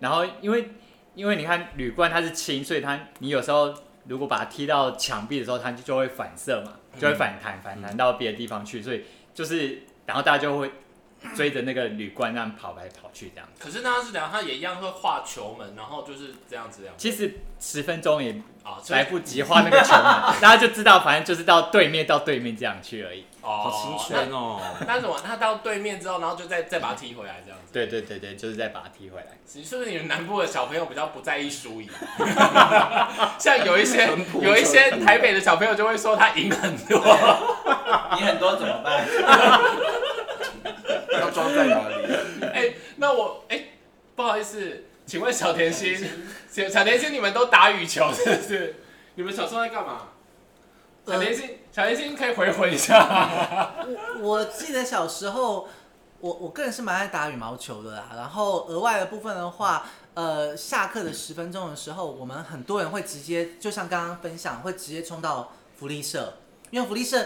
Speaker 6: 然后因为因为你看铝罐它是轻，所以它你有时候如果把它踢到墙壁的时候，它就就会反射嘛，就会反弹，反弹到别的地方去，所以就是然后大家就会追着那个铝罐那样跑来跑去这样。
Speaker 1: 可是那是讲他也一样会画球门，然后就是这样子这样
Speaker 6: 其实十分钟也
Speaker 1: 啊，所以
Speaker 6: 来不及画那个球嘛，大家就知道，反正就是到对面到对面这样去而已。
Speaker 1: 哦
Speaker 3: <laughs> 好青春哦！
Speaker 1: 那怎么？他到对面之后，然后就再再把他踢回来，这样子。
Speaker 6: 对对对对，就是再把它踢回来。
Speaker 1: 是是不是你们南部的小朋友比较不在意输赢？像有一些
Speaker 3: 淳朴
Speaker 1: 有一些台北的小朋友就会说他赢很多，
Speaker 4: 你很多怎么办？
Speaker 3: 要装在哪里？
Speaker 1: 哎、那我哎、不好意思，请问小甜心，小小甜心你们都打羽球是不是？你们小时候在干嘛？
Speaker 5: 呃
Speaker 1: 小甜心，小甜心可以回魂一
Speaker 5: 啊
Speaker 1: 下。
Speaker 5: 我我记得小时候，我我个人是蛮爱打羽毛球的啦。然后呃额外的部分的话，呃，下课的十分钟的时候，我们很多人会直接，就像刚刚分享，会直接冲到福利社，因为福利社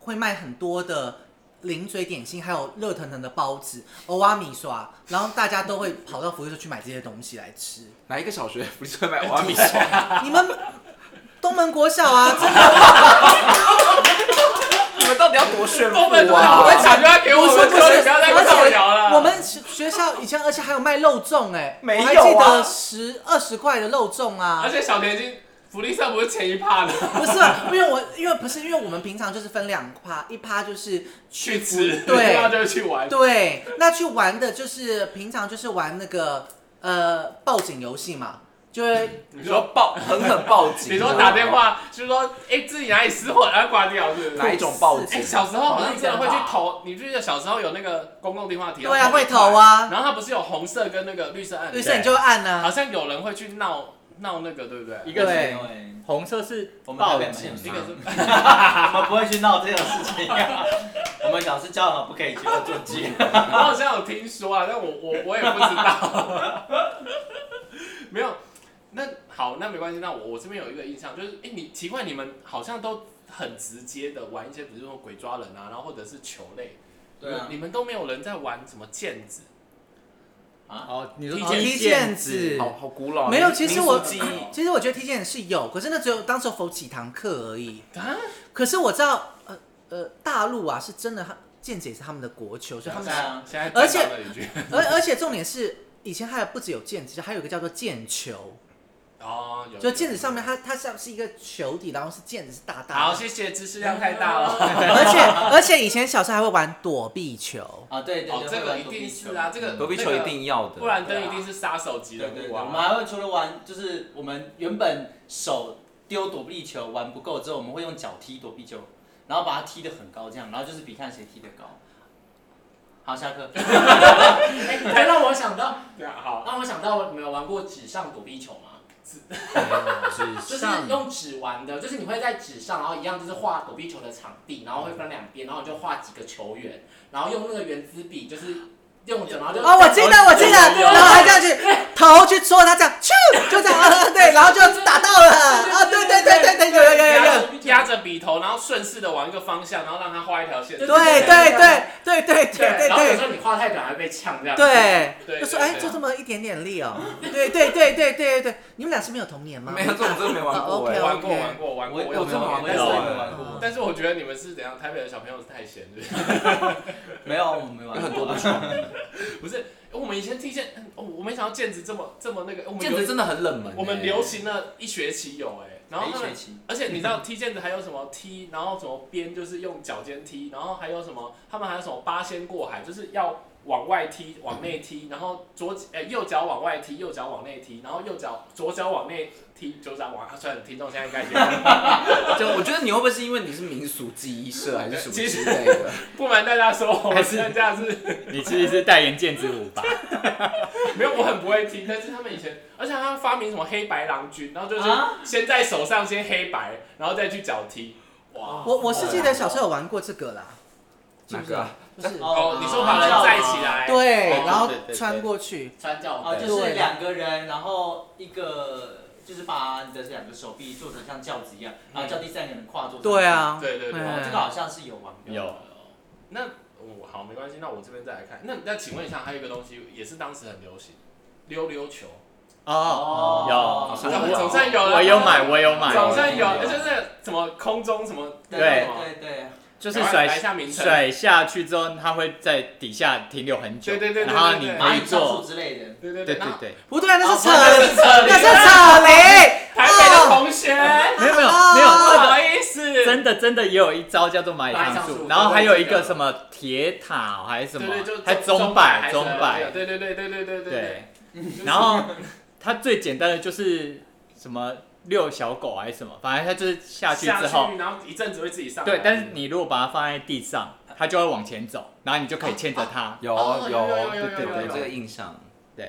Speaker 5: 会卖很多的零嘴点心，还有热腾腾的包子、欧阿米刷，然后大家都会跑到福利社去买这些东西来吃。
Speaker 3: 哪一个小学不是会卖瓦米线？
Speaker 5: 你们东门国小啊，真的
Speaker 3: 你们到底要多炫
Speaker 1: 我们
Speaker 3: 富
Speaker 1: 我们
Speaker 3: 啊？
Speaker 1: 抢就要给我
Speaker 5: 不是
Speaker 1: 们
Speaker 5: 不
Speaker 1: 吃，
Speaker 5: 是，
Speaker 1: 你不要再
Speaker 5: 而
Speaker 1: 造
Speaker 5: 且
Speaker 1: 谣了。
Speaker 5: 我们学学校以前，而且还有卖肉粽哎、
Speaker 3: 没
Speaker 5: 我还
Speaker 3: 有
Speaker 5: 记
Speaker 3: 啊
Speaker 5: 得十二十块的肉粽啊
Speaker 1: 而。且小甜心福利社不是前一趴的，
Speaker 5: 不是，啊因为我因为不是因为我们平常就是分两趴，一趴就是
Speaker 1: 去吃，
Speaker 3: <laughs>
Speaker 5: 对
Speaker 1: 然后就去玩。
Speaker 5: 对，那去玩的就是平常就是玩那个呃报警游戏嘛，就会
Speaker 3: 你说报狠狠报警？
Speaker 1: 你说打电话，就是说，哎、自己哪里失火，然后挂掉，是不是？
Speaker 3: 哪一种报
Speaker 1: 哎、
Speaker 3: 警？
Speaker 1: 小时候好像真的会去投，你记得小时候有那个公共电话亭，
Speaker 5: 对啊会投
Speaker 1: 投
Speaker 5: 啊
Speaker 1: 然后它不是有红色跟那个绿色按钮
Speaker 5: 绿，色你就会按啊呐、
Speaker 1: 好像有人会去闹闹那个，对不对？
Speaker 5: 嗯
Speaker 6: 一
Speaker 4: 一个
Speaker 6: 个
Speaker 4: 是
Speaker 6: 是
Speaker 4: 没有欸
Speaker 6: 红色是
Speaker 4: 我们
Speaker 6: 报
Speaker 4: 台北
Speaker 6: 警
Speaker 4: 没有，
Speaker 1: 一个是 <laughs>
Speaker 4: 我们不会去闹这种事情、啊我们讲是交往不可以去恶作剧。
Speaker 1: 我好像有听说啊，但我我我也不知道。 <laughs> 没有，那好，那没关系。那我我这边有一个印象，就是哎、诶你奇怪，你们好像都很直接的玩一些，比如说鬼抓人啊，然后或者是球类，
Speaker 4: 对啊
Speaker 1: 你，们都没有人在玩什么毽子。
Speaker 6: 哦，你
Speaker 5: 哦
Speaker 6: 说
Speaker 5: 踢毽子
Speaker 3: 好好古老。
Speaker 5: 没有，其实我
Speaker 3: 民俗记忆
Speaker 5: <clears throat> 其实我觉得踢毽是有，可是那只有当时否几堂课而已。
Speaker 1: 啊，
Speaker 5: 可是我知道，呃呃，大陆啊是真的，他毽子也是他们的国球，所以他
Speaker 4: 对
Speaker 5: 们
Speaker 4: 啊，
Speaker 1: 现在
Speaker 5: 而且
Speaker 1: 最大的一句
Speaker 5: 而而且重点是，以前还有不只有毽子，还有一个叫做毽球，
Speaker 1: 哦，有
Speaker 5: 就毽子上面它它像是一个球底，然后是毽子是大大
Speaker 1: 好，
Speaker 5: 的，
Speaker 1: 谢谢，知识量太大
Speaker 5: <laughs>
Speaker 1: 了。
Speaker 5: 而且而且以前小时候还会玩躲避球，
Speaker 4: 啊对对对，
Speaker 1: 哦，这
Speaker 4: 会
Speaker 1: 个
Speaker 4: 玩
Speaker 1: 一
Speaker 4: 躲避
Speaker 1: 定
Speaker 4: 球
Speaker 1: 是啊，这个
Speaker 3: 躲避球一，定要
Speaker 1: 那
Speaker 3: 的，
Speaker 1: 个不然灯一定是杀手级
Speaker 4: 对
Speaker 1: 人
Speaker 4: 对对，
Speaker 1: 物
Speaker 4: 我们
Speaker 1: 啊。
Speaker 4: 还会除了玩，就是我们原本手丢躲避球玩不够之后，我们会用脚踢躲避球，然后把它踢得很高，这样，然后就是比看谁踢得高。好，下课。
Speaker 2: 还让我想到，
Speaker 1: 对啊，好，
Speaker 2: 让我想到，你们有玩过纸上躲避球吗？
Speaker 5: 哦
Speaker 3: 是
Speaker 2: 就是用纸玩的，就是你会在纸上，然后一样就是画躲避球的场地，然后会分两边，然后你就画几个球员，然后用那个圆珠笔就是用着，然后就
Speaker 5: 哦，我记得，我记得，然后还这样去头去戳他，这样，咻，就这样，啊对，然后就打到了，啊，对对对对对，有有有有有，
Speaker 1: 压着笔头，然后顺势的往一个方向，然后让它画一条线。
Speaker 2: 对
Speaker 5: 对对对对对
Speaker 2: 对，
Speaker 5: 对对
Speaker 2: 然后有
Speaker 5: 对
Speaker 2: 时。候你画太短还会被呛这样。，
Speaker 5: 对，
Speaker 1: 对
Speaker 5: 就说
Speaker 1: 对
Speaker 5: 哎，
Speaker 1: 对
Speaker 5: 就这么一点点力哦。对对对对对对对，你们俩是没有童年吗？
Speaker 3: 没有这种真的没玩过
Speaker 5: 哦，OK，
Speaker 3: 哎。
Speaker 1: 玩过玩过玩过，
Speaker 4: 我
Speaker 1: 有这么
Speaker 4: 玩
Speaker 1: 玩
Speaker 4: 过，
Speaker 1: 但
Speaker 4: 但是
Speaker 1: 是
Speaker 4: 我没玩过，
Speaker 1: 但是我觉得你们是怎样？台北的小朋友是太闲了，
Speaker 4: 没有，我没玩过。
Speaker 3: 有很多的
Speaker 1: 不是？哎我们以前踢毽，哦我没想到毽子这么这么那个，哎我们
Speaker 3: 毽子哎
Speaker 1: 流
Speaker 3: 真的很冷门。欸
Speaker 1: 我们流。行了一学期有哎，然后
Speaker 4: 一
Speaker 1: 他们
Speaker 4: 学期。
Speaker 1: 而且你知道踢毽子还有什么踢，然后什么边就是用脚尖踢，然后还有什么他们还有什么八仙过海，就是要往外踢、往内踢，然后左呃右脚往外踢，右脚往内踢，然后右脚左脚往内踢，左脚往啊，算了，听众现在应该已经
Speaker 3: 就我觉得你会不会是因为你是民俗记忆社还是什么
Speaker 1: 其
Speaker 3: 之
Speaker 1: 实
Speaker 3: 类的？
Speaker 1: <laughs> 不瞒大家说，我
Speaker 6: 还
Speaker 1: 们
Speaker 6: 是
Speaker 1: 参加是
Speaker 6: 你其实是代言毽子舞吧？
Speaker 1: 没有，我很不会踢，但是他们以前，而且他们发明什么黑白郎君，然后就是
Speaker 4: 啊
Speaker 1: 先在手上先黑白，然后再去脚踢。
Speaker 6: 哦
Speaker 1: 哇！
Speaker 5: 我我是记得小时候有玩过这个啦，是
Speaker 3: 哪
Speaker 5: 不是
Speaker 3: 个啊？
Speaker 5: 就是啊
Speaker 1: 哦，你说把人
Speaker 4: 哦
Speaker 1: 载起来，
Speaker 5: 对，
Speaker 4: 哦
Speaker 5: 然后
Speaker 6: 对对对
Speaker 5: 穿过去，
Speaker 2: 传教
Speaker 4: 哦，
Speaker 2: 本
Speaker 4: 就是两个人，然后一个就是把你的两个手臂做成像轿子一样，然后叫第三个人跨坐。
Speaker 5: 对，啊，
Speaker 1: 对对对。
Speaker 5: 嗯
Speaker 4: 哦，这个好像是有玩过。
Speaker 6: 有
Speaker 1: 那我、哦好没关系，那我这边再来看。那那请问一下，还有一个东西也是当时很流行，溜溜球。
Speaker 6: 哦，
Speaker 4: 哦
Speaker 3: 有
Speaker 1: 总
Speaker 3: 我
Speaker 1: 总算有了，
Speaker 6: 我有买，我有买，
Speaker 1: 总算有，
Speaker 3: 我有
Speaker 1: 就是什么空中什么，
Speaker 4: 对
Speaker 6: 对
Speaker 4: 对对，
Speaker 6: 就是
Speaker 1: 赶快
Speaker 6: 甩
Speaker 1: 来一下名称
Speaker 6: 甩下去之后，它会在底下停留很久，
Speaker 1: 对对对对
Speaker 6: 然后你
Speaker 1: 对对
Speaker 6: 可
Speaker 4: 蚂
Speaker 6: 以
Speaker 4: 蚁上树
Speaker 6: 做，
Speaker 4: 之类的。
Speaker 1: 对对
Speaker 6: 对对
Speaker 1: 然后
Speaker 6: 对，
Speaker 5: 不对，啊
Speaker 4: 哦
Speaker 5: 那是扯，
Speaker 1: 那是扯铃
Speaker 5: 那是扯铃。
Speaker 1: 台北的同学，
Speaker 6: 没有没有
Speaker 5: 哦
Speaker 1: 不
Speaker 6: 没有，
Speaker 1: 好意
Speaker 6: <laughs>
Speaker 1: 思，
Speaker 6: 真的真的也有一招叫做蚂蚁
Speaker 2: 蚂蚁
Speaker 6: 上
Speaker 2: 上树
Speaker 6: 树，然后还有
Speaker 1: 对
Speaker 6: 一
Speaker 1: 对
Speaker 6: 个
Speaker 1: 对
Speaker 6: 什么铁塔还是什
Speaker 1: 对
Speaker 6: 么
Speaker 1: 对，就，
Speaker 6: 还钟摆钟摆，
Speaker 1: 对对对对对对
Speaker 6: 对，
Speaker 1: 对
Speaker 6: 然后 <laughs> 它最简单的就是什么遛小狗还是什么，反正它就是下去之后，，
Speaker 1: 然后一阵子会自己上来。
Speaker 6: 对，但是你如果把它放在地上，它就会往前走，然后你就可以牵着它。
Speaker 3: <laughs> 有
Speaker 1: 哦有有有
Speaker 3: 有，
Speaker 1: 有
Speaker 3: 对
Speaker 1: 有
Speaker 3: 对，
Speaker 1: 有
Speaker 3: 这个印象。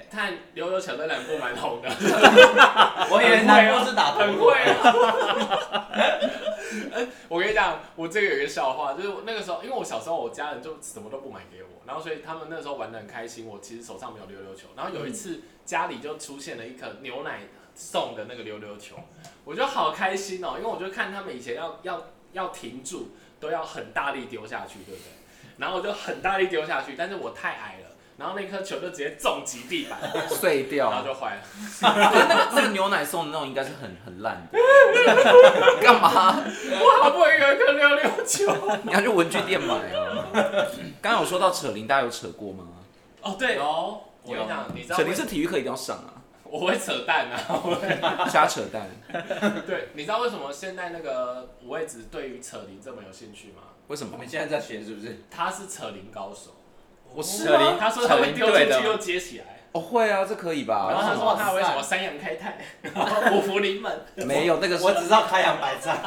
Speaker 1: 看溜溜球这两部蛮红的，
Speaker 4: 我以为那不是打
Speaker 1: 很
Speaker 4: 陀螺
Speaker 1: 会。啊。 <laughs> 哎我跟你讲，我这个有一个笑话，就是我那个时候，因为我小时候我家人就什么都不买给我，然后所以他们那时候玩的很开心。我其实手上没有溜溜球，然后有一次家里就出现了一颗牛奶送的那个溜溜球，我就好开心 <laughs> 哦，因为我就看他们以前要要要停住，都要很大力丢下去，对不对？然后我就很大力丢下去，但是我太矮了，然后那颗球就直接重击地板，
Speaker 3: 碎
Speaker 1: 然后
Speaker 3: 掉。
Speaker 1: 就坏了。
Speaker 3: 那个那个牛奶送的那种应该是很很烂的，干嘛？
Speaker 1: 我好不容易有一颗溜溜球，
Speaker 3: <laughs> 你要去文具店买啊？ <laughs> 刚刚有说到扯铃，大家有扯过吗？
Speaker 1: 哦对，
Speaker 2: 有
Speaker 1: 我跟你讲，你知道
Speaker 3: 扯铃
Speaker 1: 为
Speaker 3: 是体育课一定要上啊，
Speaker 1: <laughs> 我会扯蛋啊， <laughs> 我会
Speaker 3: 瞎扯淡。
Speaker 1: 对，你知道为什么现在那个五位子对于扯铃这么有兴趣吗？
Speaker 3: 为什么？
Speaker 4: 现在在学是不是？
Speaker 1: 他是扯铃高手，
Speaker 3: 我是
Speaker 6: 扯铃
Speaker 1: 他说他会丢出
Speaker 6: 扯铃
Speaker 1: 去
Speaker 6: 队
Speaker 1: 又
Speaker 6: 的
Speaker 1: 接起来，
Speaker 3: 哦，会啊，这可以吧？
Speaker 1: 然后他说
Speaker 4: 哇
Speaker 1: 他为什么三阳开 <laughs> 泰，然后五福临门，
Speaker 3: 没有那个是
Speaker 4: 我只知道开洋白菜。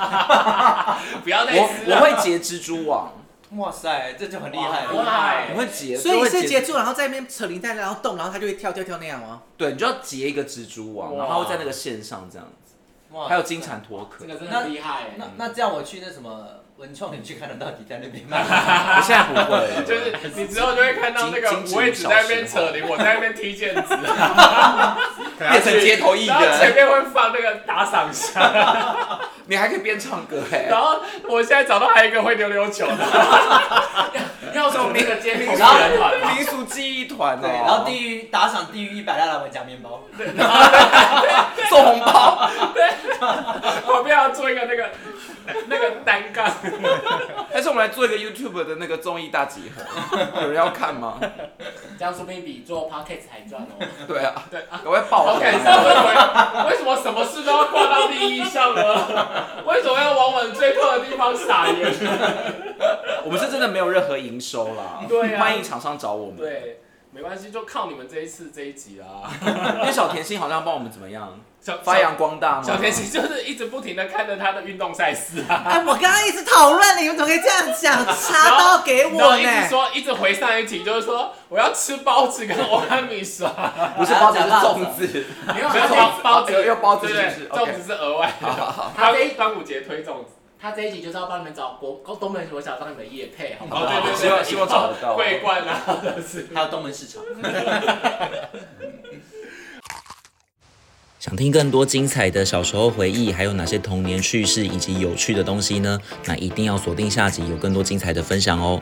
Speaker 4: <laughs>
Speaker 1: 不要再
Speaker 3: 我
Speaker 1: 吃
Speaker 3: 我
Speaker 1: <laughs> 了。
Speaker 3: 会结蜘蛛网，
Speaker 4: 哇塞，这就很厉害
Speaker 1: 哇
Speaker 4: 了。
Speaker 1: 哇
Speaker 3: 我会结，
Speaker 5: 所以
Speaker 3: 我会
Speaker 5: 是结住，然后在那边扯铃带，然后动，然后它就会跳跳跳那样吗？
Speaker 3: 对，你就要结一个蜘蛛网，
Speaker 1: 哇
Speaker 3: 然后在那个线上这样子，
Speaker 4: 哇
Speaker 3: 还有金蝉脱壳
Speaker 2: 这。个真的很厉害欸。
Speaker 4: 那那这样我去那什么文创园区看得到底在那边吗？ <laughs>
Speaker 3: 我现在不会了，
Speaker 1: <laughs> 就是你之后就会看到那个
Speaker 3: 仅仅止
Speaker 1: 五位子在那边
Speaker 3: 于小时候
Speaker 1: 扯铃，我在那边踢毽子，
Speaker 3: <laughs> 变成街头 <laughs> 艺
Speaker 1: 然后前
Speaker 3: 人，
Speaker 1: 面会放那个打赏箱，
Speaker 3: 你还可以边唱歌
Speaker 1: <laughs>
Speaker 3: 哎、<laughs>
Speaker 1: 然后我现在找到还有一个会溜溜球的， <laughs>
Speaker 2: 要走那个街头
Speaker 3: 然
Speaker 2: 艺
Speaker 3: 后
Speaker 2: 人团
Speaker 3: 民俗记忆团哦
Speaker 4: 对，然后地狱打赏地狱一百大老板夹面包，
Speaker 3: 送红包，
Speaker 1: 旁边要做一个那个那个单杠，
Speaker 3: 还是我们来做一个 YouTube 的那个综艺大集
Speaker 1: <laughs>
Speaker 3: 合，有人要看吗？
Speaker 2: 这样说不定比做 podcast 还赚哦。
Speaker 3: 对啊，
Speaker 1: 对
Speaker 3: 赶快爆
Speaker 1: 好感
Speaker 3: 红！
Speaker 1: 伤，为什么为什么什么事都要挂到第一项呢？ <laughs> 为什么要往我们最痛的地方撒盐？
Speaker 3: 我们是真的没有任何营收啦，
Speaker 1: 对啊
Speaker 3: 欢迎厂商找我
Speaker 1: <laughs>
Speaker 3: 们。，
Speaker 1: 对，没关系，就靠你们这一次这一集啦。
Speaker 3: 因为小甜心好像帮我们怎么样
Speaker 1: 小
Speaker 3: 发扬光大嘛。
Speaker 1: 小甜心就是一直不停的看着他的运动赛事啊，
Speaker 5: 哎，我刚刚一直讨论，你们怎么可以这样讲？插刀
Speaker 3: 哎
Speaker 5: 给
Speaker 1: 然后
Speaker 5: 我
Speaker 1: 一直
Speaker 5: 呢？
Speaker 1: 说，一直回上一题，就是说我要吃包子跟欧汉米耍，
Speaker 3: 不是包子是
Speaker 1: 啊
Speaker 3: 粽子，
Speaker 2: 没有，
Speaker 1: 没有
Speaker 2: 他这
Speaker 1: 包包子，
Speaker 3: 又包子
Speaker 1: 对
Speaker 3: 是
Speaker 1: 对
Speaker 3: 不是
Speaker 1: 粽子是额外的，
Speaker 2: 他
Speaker 1: 他
Speaker 2: 这一
Speaker 1: 会端午节推粽子。
Speaker 2: 他这一集就是要帮你们找国东门国小当你们的夜配，好不好？
Speaker 1: 哦，对对对，
Speaker 3: 希望希望找得到
Speaker 1: <laughs> 桂冠啊，或者是
Speaker 4: 还有东门市场。
Speaker 7: <laughs> 想听更多精彩的小时候回忆，还有哪些童年趣事以及有趣的东西呢？那一定要锁定下集，有更多精彩的分享哦。